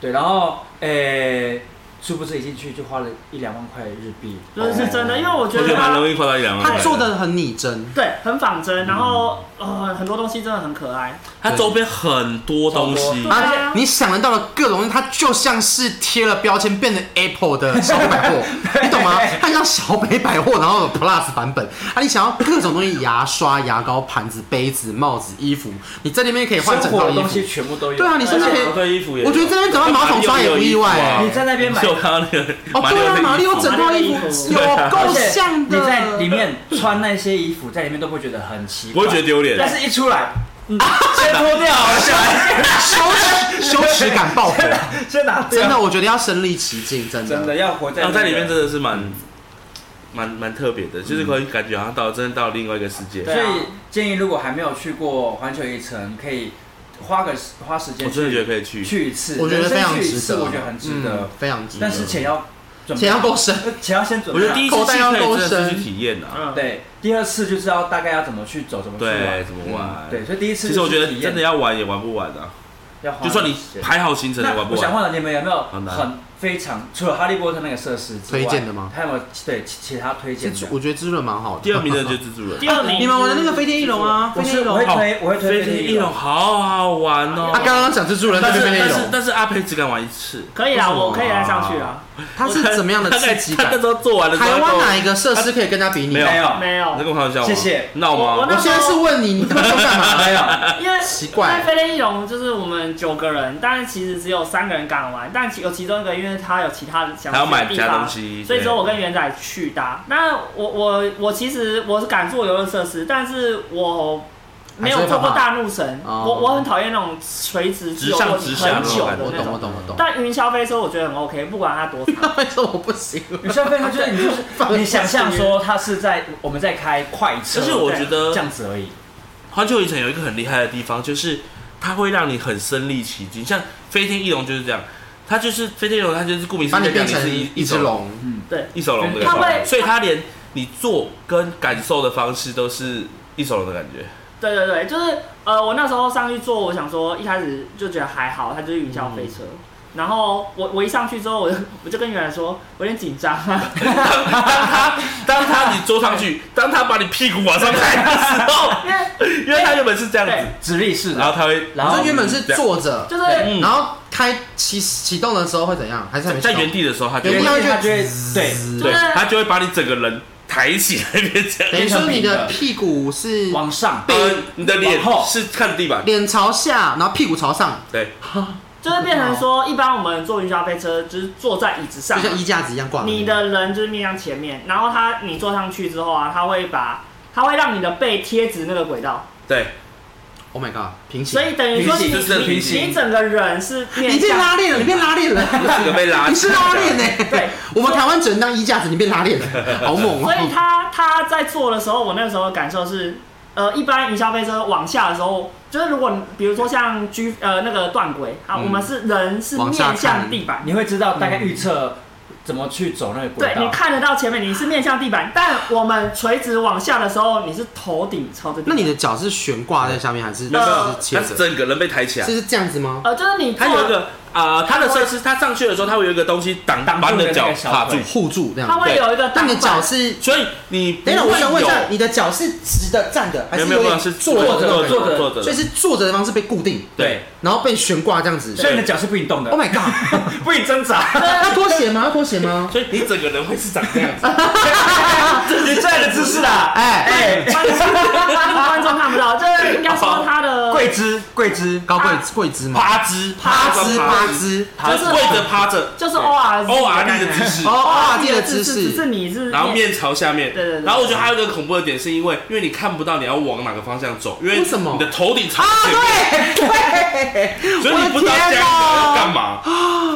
对，然后诶、殊不知一进去就花了一两万块日币，
就是是真的，因为我觉
我觉
得
得蛮
他
容易花到一两万。
他做，的很拟真，
对很仿真，然后呃很多东西真的很可爱，
他周边很多东西
对，
啊，你想得到的各种东西，它就像是贴了标签变成 Apple 的小北百货，你懂吗？它像小北百货，然后有 Plus 版本啊，你想要各种东西，牙刷、牙膏、盘子、杯子、帽子、衣服，你在那边可以换
生
整
活
套
的
衣
东
服
西。全部都有。
对啊，你甚至可以
我对衣服也有，
我觉得这边找到马桶刷也不意外
啊
你在那边买
就，看到那个
哦，对啊，马
马
里
里奥
奥整
的衣服
套衣服有够
而且
像
你
的，
在里面穿那些衣服，在里面都不会觉得很奇
不
怪，
会觉得丢脸，
但是一出来，
(laughs)
嗯，先脱掉好了，先
羞耻羞耻感爆棚，
先拿掉，
真的，我觉得要身临其境，真
啊真的
的。
要活在
然后啊哦在
那
里
个
面真的是蛮蛮蛮特别的，就是可以感觉好像到真的到另外一个世界。
所
对啊
以建议，如果还没有去过环球影城，可以花个时花时间
我真的觉得
去
可以去，
去一次，
我觉得
人生
非常
去一
值
次
得，
我觉得很值
嗯
得，
非常值得。
但是钱要准备
钱要够深，
钱
(laughs)
要先准
我
备。
觉得第一次
口袋
去
要
可以
够
真的是去
深
体验啊，
嗯，
对，第二次就知道大概要怎么去走，怎么去
对，
玩。
怎么玩？
对，，所以第一次
其实我觉得真的
要
要玩也玩不完啊，
要花
哦
就算你
时间
排好行程也
那
玩不
我想
完。
问了，你们有没有
很难
很非常除了哈利波特那个设施之外
推荐的吗
还有没有对其其他推荐
蜘蛛
的？
我觉得蜘蛛人蛮好的。
第二名的就是蜘蛛人，
(laughs) 第二名，
啊你们玩的那个飞天翼龙啊，
我
飞天
是
翼
我
龙
会。推我会推
飞
飞
天
天
翼龙，好好玩哦。
他刚刚讲蜘蛛人，
但
那就是飞天
但
翼
是
龙。
但是阿佩只敢玩一次，
可以啦，
为什么啊
我可以再上去啊。
它是怎么样的
他在
刺激
他那
感？
时候做完了之后，
台湾哪
一
一个设施可以跟他比拟？
没有
没有
没有
你在，跟我开玩笑吗？
谢谢
闹
我
吗？
我现在是问你，你他妈说干嘛？ (laughs)
没有，
呃因为
奇怪
因为飞天翼龙就是我们九个人，但是其实只有三个人敢玩，但其有其中一个因为他有其他想
还要
去
买
的
其
地
他
方
东，西，
所以
对
说我跟元仔去搭。那我我我其实我是敢做游乐设施，但是我没有做过大怒神，
哦
我我很讨厌那种垂直
直上直下
很久
那
我
种
的那
懂，我
种。
懂，我懂。
但云霄飞车我觉得很 OK，不管它多长。
他为什么我不行？
你消费它就是你就是你想象说它是在我们在开快车，
而且我觉得
这样子而已。
环球影城有一个很厉害的地方，就是它会让你很身临其境，像飞天翼龙就是这样，它就是飞天翼龙，它就是顾名思
把
义
你
讲
变
你
成
是一
一只，龙，
一手龙的
它
感觉，
会
所以它连你做跟感受的方式都是一手龙的感觉。
对对对，就是呃，我那时候上去坐，我想说一开始就觉得还好，它就是云霄飞车。然后我我一上去之后，我就 (laughs) 我就跟元仔说，我有点紧张啊。
当他当他你坐上去，当他把你屁股往上抬的时候，
因为
因为他原本是这样子，
对
直立式
然后
的，
他会
然
你
后
说原本是坐着，
就是
对
嗯
然后开启启动的时候会怎样？还是还没启
在
动
原地的时候，他就
原
会
地
它
它会
就会对
就
对
是
他就会把你整个人抬起来变这样，
等于说你
变成平
的
的
屁股是
往上
呃你的脸
往后
是看地板，
脸朝下，然后屁股朝上，
对，
就是变成说，一般我们坐云霄飞车就是坐在椅子上
就
嘛，
像衣架子一样挂着。
你的人就是面向前面，然后他你坐上去之后啊，他会把他会让你的背贴直那个轨道，
(laughs)
对，
，Oh my god，平行。
所以等于说
平
你
行就是
你
平行
你整个人是面
你变
向
拉链了，你变拉链
(laughs)
了，
这个被拉，
你是拉链
欸
呢、
对，
我们台湾只能当衣架子，你变拉链了，好猛
所以
哦、
他他在做的时候，我那时候的感受是，呃，一般云霄飞车往下的时候，就是如果你比如说像居呃那个断轨啊，
嗯
我们是人是
往下
面向
看
地板。
你会知道大概预测怎么去走那个轨
对，你
道。
看得到前面，你是面向地板，但我们垂直往下的时候，你是头顶朝着地
那
板。
你的脚是悬挂在下面，还是
没有没
呃
有
是切
他是
着？
整个人被抬起来
这。是这样子吗？
呃，就是你
他
坐
有一个啊，他的设施，他上去的时候，他会有一个东西挡
挡住
把你的
那个
脚
小
卡住
腿，
护住这样
它
子。
会有一个挡
那
板，
你的脚是？
所以你不
等一下，
会
我想问一下，
有
你的脚是直的站的，还
没
是
有没有没有
点
是
坐
着
的那种感觉
坐着
坐着
所以
的，
是坐着的方式被固定，
对，
然后被悬挂这样子。
所以你的脚是不能动的
Oh，my god！ (laughs)
不能挣扎。
要脱鞋吗？要脱鞋吗？
所以你整个人会是长这样子，
(laughs) 你这样的姿势啊，
哎，
哎，
观众观众看不到，就是应该说它的
跪姿跪姿，
高
啊
贵贵姿吗？
趴姿
趴姿趴，姿，
趴
就是
跪着趴着
就是 O R
，O R D 的姿势，
哦，哇，这个姿
姿只是
势，
你是
然后面朝下面，
对对对
然后我觉得还有一个恐怖的点，是因为因为你看不到你要往哪个方向走，因为
为什么
你的头顶朝
啊，
前面，
对对，
(laughs) 所以你不知道
我的
下
天
一个
哪
要干嘛。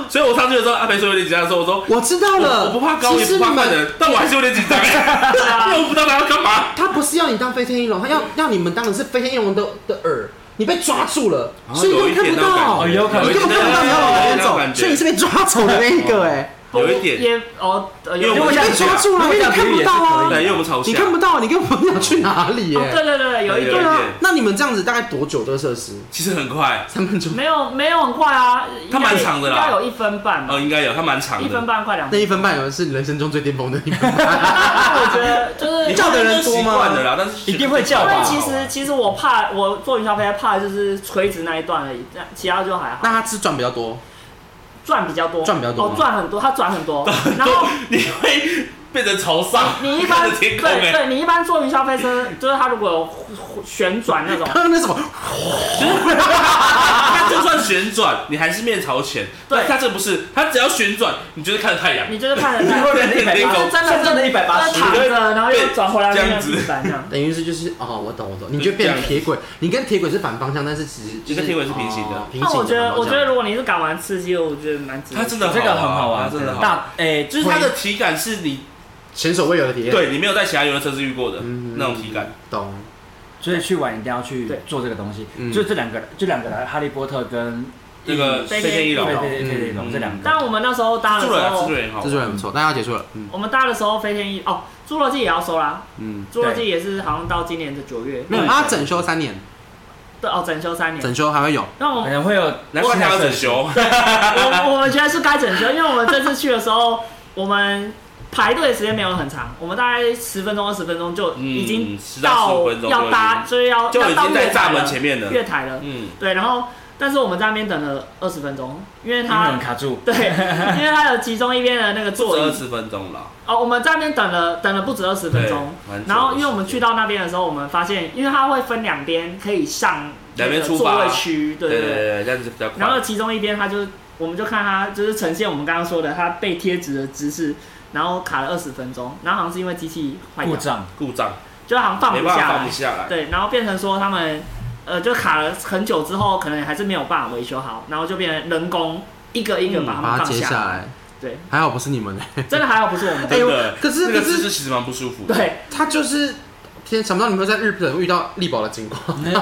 所以我上去的时候，阿培说有点紧张的时候，我说
我知道
我
了，
我不怕高，
呃其
也
实你
不怕看
们，
人，但我还是有点紧张，因为我不知道他要干嘛。
他不是要你当飞天翼龙，他要要你们当的是飞天翼龙的的耳，你被抓住了，所以
啊有
你
一
根
点
本
那
看不到，
种感
你
觉，
哦有可能
根本看不到你要往哪边走，所以你是被抓走的那一
哦
个，哎，
有一点，
也哦，呃有
因为我
你
们
被抓住了，因为你看不到
对，
啊，
因为我们朝下，
你看不到，你根本不知道去哪里，
哦
哎，
对对对对，有一
对
点
对
有一
啊
点，
那你们这样子大概多久这个设施？
其实很快，
三
(laughs)
分钟，
没有没有很快啊，
它蛮长的啦
应该有一分半吧，
哦，应该有，它蛮长
一分
的。
半快两
那
分。
一分半有的是人生中最巅峰的一分
(laughs)
半，
但我觉得就是
你
叫的人多吗
习惯了啦，但是
一定会叫
因为
吧？
其实其实我怕我坐云霄飞车怕的就是垂直那一段而已，那其他就还好。
那他是赚比较多，
转比较多，
转比较多
哦，转很多，它转
(laughs)
很多，然后
你会变成朝上，
你一般
看着
对
天空 (laughs) 哎，
对，你一般坐云霄飞车，就是它如果有呼呼旋转
(laughs)
那种，
他那什么，
它啊就算旋转，你还是面朝前。
对
但它这不是，它只要旋转，你就是看着太阳，
你就是 (laughs) 看着
你
它
会变成天
就
空
是真的
真的180
就是躺着，然后又转回来那个地板
(laughs)
这样。
等于是就是哦，我懂我懂，你就变成铁轨，你跟铁轨是反方向，但是其实
你
就是
跟铁轨是平行的
哦平行的
那啊我觉得，
反方
我
向
觉得如果你是敢玩刺激的，我觉得蛮值得。
它真的
这个很好玩，
它真的好玩。
大哎，
就是它的体感是你
前所未有的体验，，
对你没有在其他游乐设施遇过的
嗯
那种体感，
懂。
所以去玩一定要去
对
做这个东西
嗯，
就这两个，就两个人，哈利波特跟
这个飞
飞天
天翼
翼
对
龙
对
龙、
对对对
嗯
这两个。
但我们那时候搭的
蜘
时
蛛人啊，蜘
这
蛛人也好玩，
蛛人，
就很不错，大家要结束了，嗯
我们搭的时候飞天翼哦，侏罗纪也要收啦，
嗯，
侏罗纪也是好像到今年的九月。
没有，
对
它整修三年，
对哦，整修三年。
整修还会有，
那我
可
们
能会有
难怪
新的
他要
设
整
施
修，哎
我我们觉得是该整修，因为我们这次去的时候，我们排队的时间没有很长，我们大概十分钟二十分钟就已经
嗯10到15
到
分钟
要搭，就是要
就
要
已
到
经
月
在
台
闸
了
门前面了。
月台了。
嗯，
对，然后但是我们在那边等了二十分钟，因为
英
他
文卡住，
对，因为他有其中一边的那个
坐
座
二
椅
十分钟了，
哦，我们在那边等了等了不止二十分
对
钟，，
蛮久的
然后因为我们去到那边的时候，我们发现因为它会分两边可以上那
两
个
边出
座
发
位区，对
对
对
对
对。
对，这样子比较
然后
快。
其中一边它就，我们就看它就是呈现我们刚刚说的，它被贴纸的姿势，然后卡了二十分钟，然后好像是因为机器坏
故
掉，
障，
故障
就好像放
没
不
办
下
法放
来
不，下来，
对，然后变成说他们呃就卡了很久之后，可能还是没有办法维修好，然后就变成人工一个
嗯
一个把
把
它们
它
放
接下
来，
来。
对，
还好不是你们欸的，
真的还好不是我们的，
真的。
可是
那个
可是
姿势其实蛮不舒服的。
对
(laughs) 他就是天想不到你们在日本遇到力宝的情况。
(laughs) 对，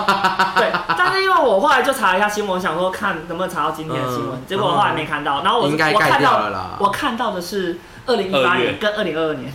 但是因为我后来就查了一下新闻，想说看能不能查到今天的新闻，
嗯
结果我后来没看到，哦然后我
应该
我
盖
看
掉
到
了啦。
我看到的是二零一八
二月
年跟二零二二年。哎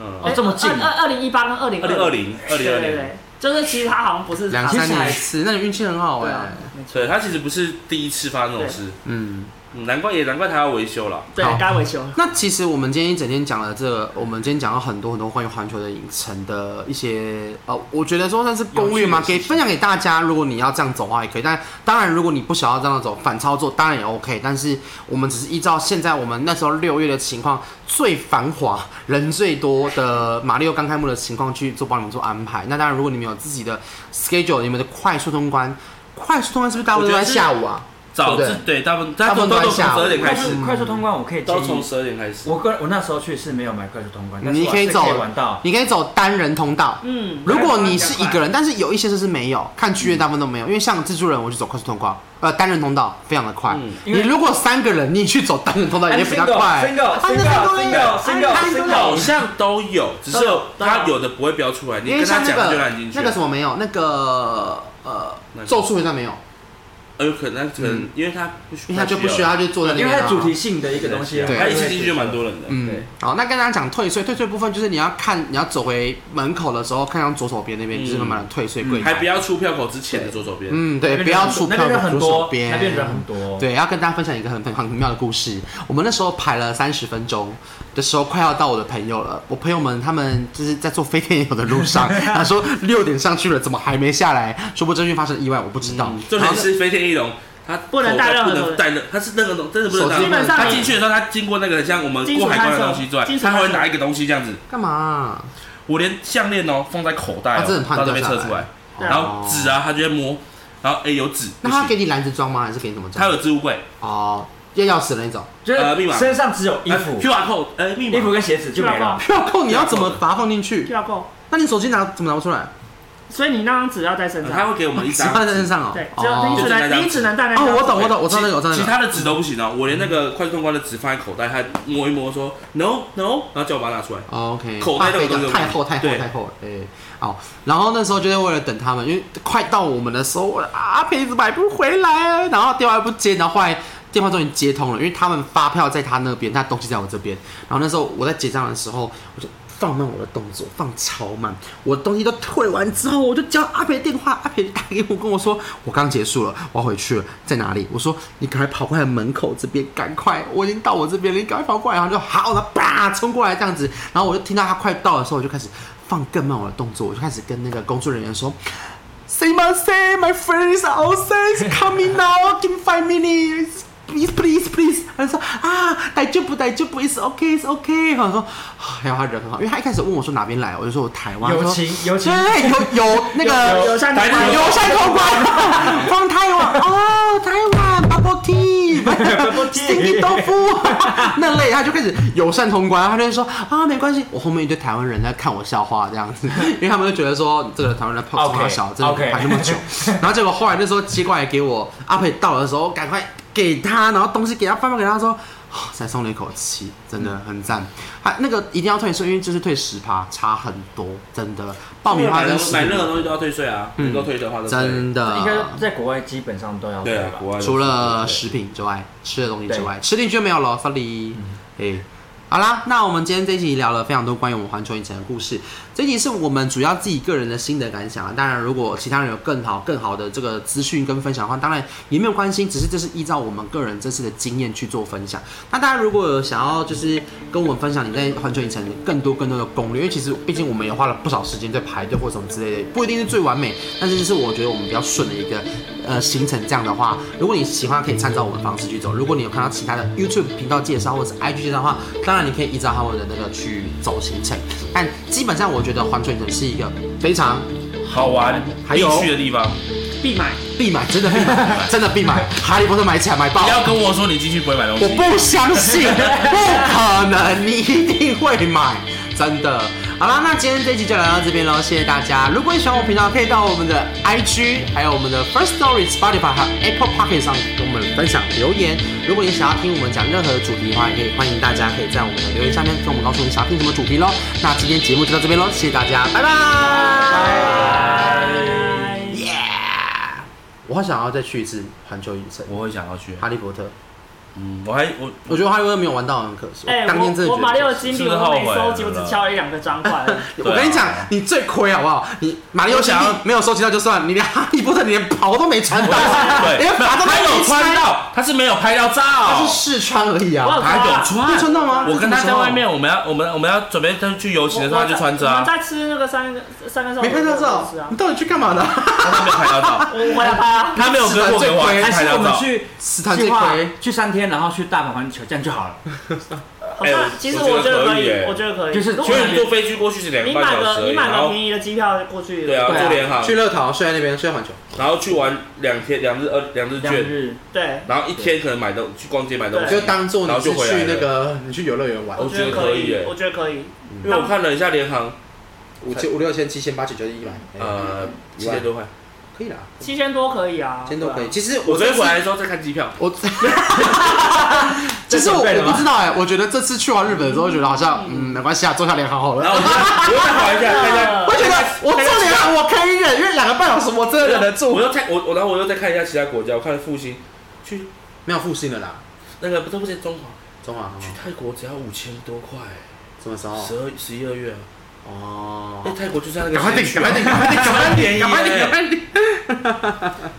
嗯，
哦这么近
二二零一八跟二零
二零二，零二
对
零二
对
零，
对，就是其实他好像不是
两
他
三
是
年一次，那你运气很好
对
哎、
啊，没错，
对他其实不是第一次发生这种事，
嗯，
嗯难怪也难怪他要维修了。
对
哎好
该维修了，
那其实我们今天一整天讲了这个，我们今天讲了很多很多关于环球的影城的一些呃，我觉得说算是攻略嘛，
有趣的事情
给分享给大家。如果你要这样走的话也可以，但当然如果你不想要这样走，反操作当然也 OK。但是我们只是依照现在我们那时候六月的情况，最繁华、人最多的马里奥刚开幕的情况去做帮你们做安排。那当然，如果你们有自己的 schedule，你们的快速通关，快速通关是不是大部分都在下午啊？
早
对
自
不
对大部分
大
大
部
部
分
分
都
都
在
从十
下午
二点开
快
始，
速快速通关，我可以建
都从
议，
十二点开始。
我个我那时候去是没有买快速通关，但是
你
我
可以
还是
走
可以玩到，
你可以走单人通道。
嗯，
如果你是一个人，但是有一些设施没有，看区域大部分都没有，因为像蜘蛛人，我就走快速通道，呃，单人通道非常的快。
嗯
因
你
为
如果三个人，你去走单人通啊道也比较快。
single
啊那都有
single
啊
single
那都有
single
好像都有，只是
都有都有
他有的不会标出来，你
因为
跟他
像那
讲他就
个
让你进去
那
了。
个什么没有，那个呃
那，个
咒术回战没有，
呃，有可能可能因为他不需
因为他就不需要，他就坐在那
因
边
为
啊。
它主题性的一个东西，啊
对
他一次进去就蛮多人的。
嗯
对，
好，那跟大家讲退税，退税部分就是你要看，你要走回门口的时候，看向左手边那边，
嗯
就是慢慢的退税柜
还
台。
不要出票口之前的左手边，
嗯，对，
那边
不要出
那
票
边人
左
很
手
多，
边，
那边人很多，
对，要跟大家分享一个很很很妙的故事。我们那时候排了三十分钟的时候，快要到我的朋友了。我朋友们他们就是在坐飞天游的路上，他说六点上去了，怎么还没下来？说不定真的发生意外，我不知道。
重
然
点
后
是飞天翼龙，他
不能带任何
不能带任，他是那个东，真的不能带
手机
任何东西。
基本上
他
你
进去的时候，他经过那个很像我们
金属
过海关
探
的
测
东西之外
金，属
他还会
探测
拿一个东西这样子，
干嘛？
我连项链哦放在口袋
他真的啊很
哦，
怕
到这
掉
边
下
测
来
出来，
对
然后纸啊，他就会摸，然后哎有纸，
那
不
他
行
给你篮子装吗？还是给你什么
他
装？
有置物柜，
哦，要钥匙的那种。
呃密
就
码
是身上只有衣服
呃、QR code，呃密
衣服
码，
跟鞋子就没了，
票控你要怎么把它放进去？
要够，
那你手机拿怎么拿不出来？
所以你那张纸要带身
呃他
上，
会给我们一
只
张
放在身上哦。
对，只有
哦
你只
就那张
能
纸
你只能带那
哦，
张，
(laughs) 我懂，我懂，我知道那个，我知道
其
那个。
他的纸都不行哦，我连那个快速通关的纸放在口袋，他摸一摸说 no no，然后叫我把它拿出来。
哦 OK，
口
怕
袋那个
飞掉
东西
太厚太厚
对
太厚了，哎、好，然后那时候就是为了等他们，因为快到我们的时候，我啊赔子买不回来啊，然后电话又不接，然后后来电话终于接通了，因为他们发票在他那边，他东西在我这边，然后那时候我在结账的时候，我就。放慢我的动作，放超慢。我东西都退完之后，我就叫阿培电话，阿培打给我跟我说，我刚结束了，我要回去了，在哪里？我说你赶快跑过来门口这边，赶快，我已经到我这边了，你赶快跑过来。然后就好了，啪冲过来这样子，然后我就听到他快到的时候，我就开始放更慢我的动作，我就开始跟那个工作人员说。Say my say, my friends are outside coming now. Give me five minutes. Please, please, please. 他就说啊，逮就不逮就不，is OK, is OK。我说，还有他人很好，因为他一开始问我说哪边来，我就说我台湾。
友
他说
情友情
对，有有那个
有像
台湾
友善通关，放台湾哦，台湾 bubble tea，bubble
tea
豆腐 (laughs) 那类，他就开始友善通关，他就会说啊，没关系，我后面一堆台湾人在看我笑话这样子，因为他们就觉得说这个台湾人在泡
OK，
泡小，真的
OK
排那么久，然后结果后来那时候接过来给我阿佩到的时候，赶快给他，然后东西给他，饭包给他说。哦才松了一口气，真的很赞。还那个一定要退税，因为就是退十趴，差很多，真的。爆米花
买
跟
任
食
买
物
任何东西都要退税啊，
嗯
能够退的话都退。
真
应该
的。
在国外基本上都要
对啊
吧，
国外
嗯
的
除了食品之外，吃的东西之外，吃进去没有了，sorry。哎，好啦，那我们今天这一集聊了非常多关于我们环球影城的故事，这一集是我们主要自己个人的心得感想啊。当然，如果其他人有更好、更好的这个资讯跟分享的话，当然也没有关系，只是这是依照我们个人这次的经验去做分享。那大家如果有想要就是跟我们分享你在环球影城更多更多的攻略，因为其实毕竟我们也花了不少时间在排队或什么之类的，不一定是最完美，但是这是我觉得我们比较顺的一个呃行程。这样的话，如果你喜欢，可以参照我们方式去走。如果你有看到其他的 YouTube 频道介绍或者是 IG 介绍的话，当然你可以依照他们的那个去走行程。但基本上我觉得环球影城是一个非常
好玩，
还有
必去的地方。
必买。
必买，真的必买，真的必买。 (laughs) 哈利波特买起来买爆
不。要跟我说你进去不会买东西
我。不相 (laughs) 信，不可能，你一定会买，真的。好啦，那今天这集就聊到这边喽，谢谢大家。如果你喜欢我频道，可以到我们的 IG，还有我们的 First Story、Spotify 还有 Apple Pocket 上跟我们分享留言。如果你想要听我们讲任何的主题的话，也可以欢迎大家可以在我们的留言下面跟我们告诉你想要听什么主题喽。那今天节目就到这边喽，谢谢大家，拜拜。耶！我好想要再去一次环球影城，
我会想要去。
哈利波特。
嗯，我还我
我觉得哈利波特没有玩到很可惜，
哎、
我当天真的
我
觉得
我马里奥的金币
是不是
我都没
后悔
收集，
了
我只敲了一两个
(laughs)
砖块而已。
我跟你讲
对啊，
你最亏好不好？你马里奥金
我想
币
要
没有收集到就算，了，你连哈利波特你连袍都没穿到，
对，
连法都
他有
没
穿，到，他是没有拍到照，
他是试穿而已
我有
啊。
他有穿，
你穿到吗
我跟他
你穿
在
到吗
外面，我们要我们我们要准备他去游行的时候，他就穿着
我
啊
们，在吃那个三个三个
没拍到照
是啊，
你，到底去干嘛呢？ (laughs)
但他没有拍到照，
我回来拍啊。
他没有跟我们玩
还
拍
是我
到
们
照。
去
斯坦
计
最
划
亏，
去三天，然后去大阪环球，这样就好了。
好像
哎
其实
我
我
觉
觉
得
得
可
可
以
以
耶，
我觉得可以。
就是
如果
所以
去
你坐飞机过去是两
你
个半
买
小时
个
而
你
已，
买
然
个
后
便宜的机票过去，
对啊，
对啊
住联航
去，乐桃，睡在那边，睡在环球。
然后去玩两天两日呃两日
两
券，
日
对，
然后一天可能买东去逛街买东西，
就当做
然
你
后就是回来
去
了哦
那个你去游乐园玩
我，
我
觉得
得
可以
以
耶，嗯
我觉得可以。
因为我看了一下联航，
五千五六千七千八九九一百，
呃
一
七
万
千多块，
可以啦，
七千多可以啊，
钱都可以。
对啊。
其实
我
这
昨天
次
回来的时候在看机票，
(laughs) 我，其实我
准备了
我
吗
不知道哎，我觉得这次去完日本之后，觉得好像嗯没关系啊，坐下联航好了
然。后我就我又再滑一下看一下。
我觉得我做联航我可以忍，因为两个半小时我真的忍得住
我。又看我我然后我又再看一下其他国家，我看复兴去
没有复兴了啦，
那个不是不是中华
中华航
去
空
泰国只要五千多块，
什么时候？
十二十一二月啊，
哦
那，泰国就在那个
赶快订，
时区
赶
啊
快订，赶快订，赶快订，
很便宜耶
赶快订，赶快订。